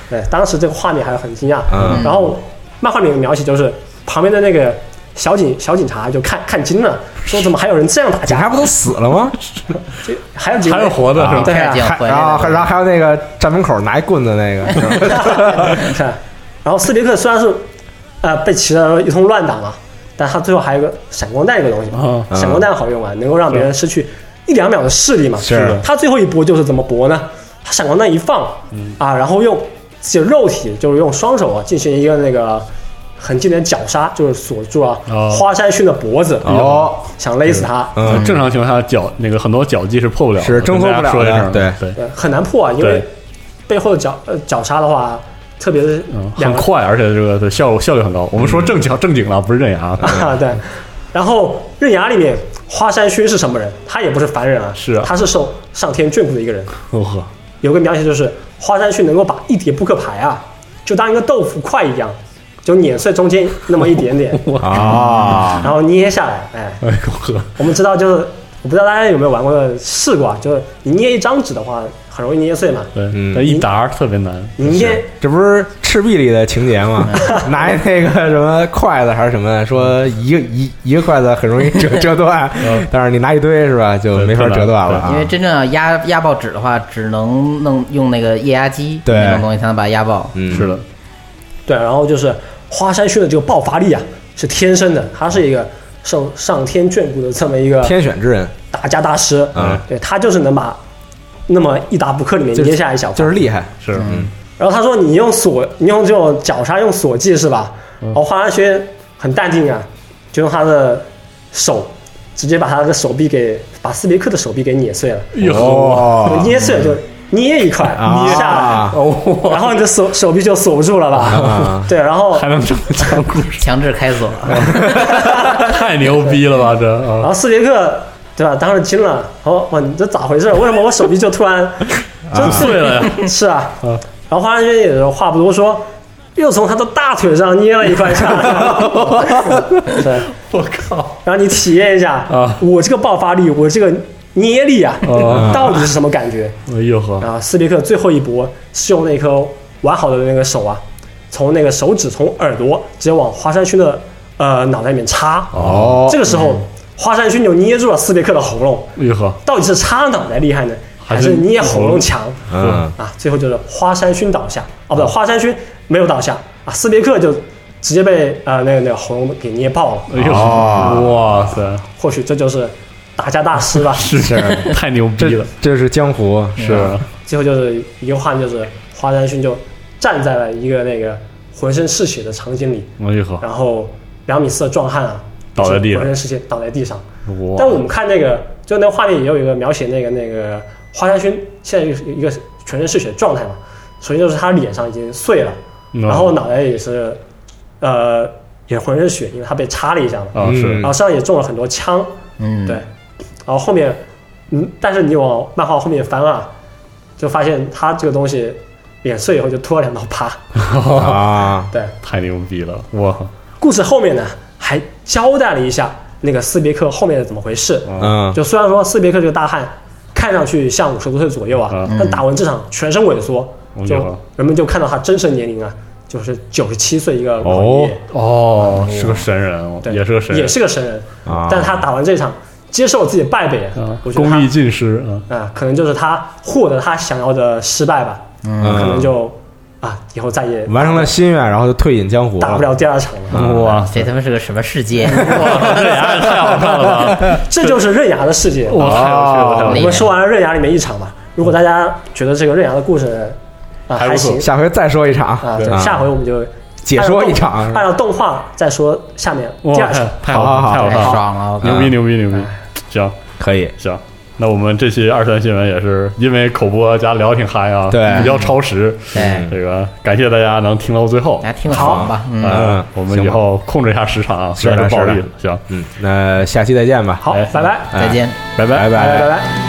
对，当时这个画面还很惊讶。嗯然后漫画里面描写就是旁边的那个小警小警察就看看惊了，说怎么还有人这样打警架？察不都死了吗？还有几个还有活的是吧？对开始啊进还回然后来还然后还有那个站门口拿一棍子那个，是吧是吧然后斯别克虽然是呃被骑了一通乱打嘛，但他最后还有一个闪光弹这个东西啊，闪光弹好用啊，能够让别人失去一两秒的视力嘛。是的他最后一搏就是怎么搏呢？他闪光弹一放，嗯啊，然后用自己的肉体，就是用双手啊进行一个那个很经典的绞杀，就是锁住了哦花山勋的脖子，哦，想勒死他。嗯，正常情况下脚那个很多脚技是破不了的，是挣脱不了跟大家的说一声，对对，对，很难破啊，因嗯为对背后的绞呃绞杀的话，特别是嗯，两很个快，而且这个效效率很高。我们说正经正经了，不是刃牙，啊，对。然后刃牙里面花山勋是什么人？他也不是凡人啊，是啊他是受上天眷顾的一个人。哦呵，有个描写就是花山勋能够把一叠扑克牌啊，就当一个豆腐块一样，就碾碎中间那么一 点点， 啊，然后捏下来。哎， 哎呦呵，我们知道就是，我不知道大家有没有玩过试过，啊，就是你捏一张纸的话，很容易捏碎嘛。对嗯，但一沓特别难，你捏这不是赤壁里的情节吗？拿一那个什么筷子还是什么，说一个一一个筷子很容易折折断，但是你拿一堆是吧，就没法折断对了啊因为。真正要压压爆纸的话，只能弄用那个液压机对那种东西才能把它压爆。嗯是的，对，然后就是花山勋的这个爆发力啊，是天生的，他是一个受上天眷顾的这么一个天选之人，打架大师，嗯对他就是能把那么一打扑克里面就是捏下一小块。就是厉害。是的，嗯然后他说你用锁，你用这种绞杀用锁技是吧？嗯然后华山轩很淡定啊，就用他的手直接把他的手臂给把斯别克的手臂给碾碎了，哟呵，哦，捏碎了就捏一块，啊捏下来，哦，然后你的手手臂就锁不住了吧啊？对，然后还能这么讲故事，强制 开锁，太牛逼了吧这然 啊！后斯别克对吧？当时惊了，哦，哇，你这咋回事？为什么我手臂就突 然就碎了呀！ 是啊， 嗯然后花山轩也是话不多说，又从他的大腿上捏了一块下 来。对，我靠，然后你体验一下啊我这个爆发力，我这个捏力啊，啊到底是什么感觉？哎呦呵，然后斯别克最后一搏是用那颗完好的那个手啊，从那个手指从耳朵直接往华山勋的呃脑袋里面插。哦这个时候，嗯华山勋就捏住了斯别克的喉咙，哎呦呵，到底是插脑袋厉害呢，还还是是捏喉咙强？嗯，啊，最后就是花山勋倒下，哦，不对，花山勋没有倒下啊，斯别克就直接被呃那个那个喉咙给捏爆了。哎呦呵，哦哇塞，或许这就是打架大师 吧。是是，太牛逼这了， 这是江湖，嗯 是最后就是一个画面，就是花山勋就站在了一个那个浑身是血的场景里，哎呦呵，然后两米四的壮汉啊倒在地上浑身是血倒在地上。但我哇，们看那个，就那个画面也有一个描写那个那个花山勋现在有一个全身是血的状态嘛。首先就是他脸上已经碎了，嗯然后脑袋也是，呃，也浑身血，因为他被插了一下嘛。啊是然后身上也中了很多枪，嗯，对，，然后后面，嗯，但是你往漫画后面翻啊，就发现他这个东西脸碎以后就多了两道疤。啊，对，太牛逼了，哇，故事后面呢还交代了一下那个斯别克后面是怎么回事。啊嗯，就虽然说斯别克这个大汉看上去像五十多岁左右啊嗯，但打完这场全身萎缩，嗯就人们就看到他真实年龄啊，就是九十七岁一个老哦爷。哦，是个神人哦，对，也是个神人，也是个神人啊，但是他打完这场接受自己败北啊，我觉得工他艺尽失啊，啊，可能就是他获得他想要的失败吧。嗯可能就啊以后再也完成了心愿，然后就退隐江湖。打不了第二场了。哇，这他妈是个什么 世界？这牙也 太好看了！这就是刃牙的世界。哇，太有趣了，太有我趣们说完了刃牙里面一场吧。如果大家觉得这个刃牙的故事啊还不还错行下回再说一场啊，对下回我们就解说一场按照动画再说下面了！第哇，二场太。太好看了，太好太看了！哎爽了！我靠嗯牛逼，牛逼，牛逼！哎行可以。行，那我们这期二三新闻也是因为口播加聊挺嗨啊，对比较超时。对，这个感谢大家能听到最后大家，哎听个爽吧。嗯，呃嗯我们行以吧后控制一下时长啊，不是的嗯然就暴是的力了。行，嗯，那下期再见吧。好哎，拜拜，再见。拜拜拜拜拜拜。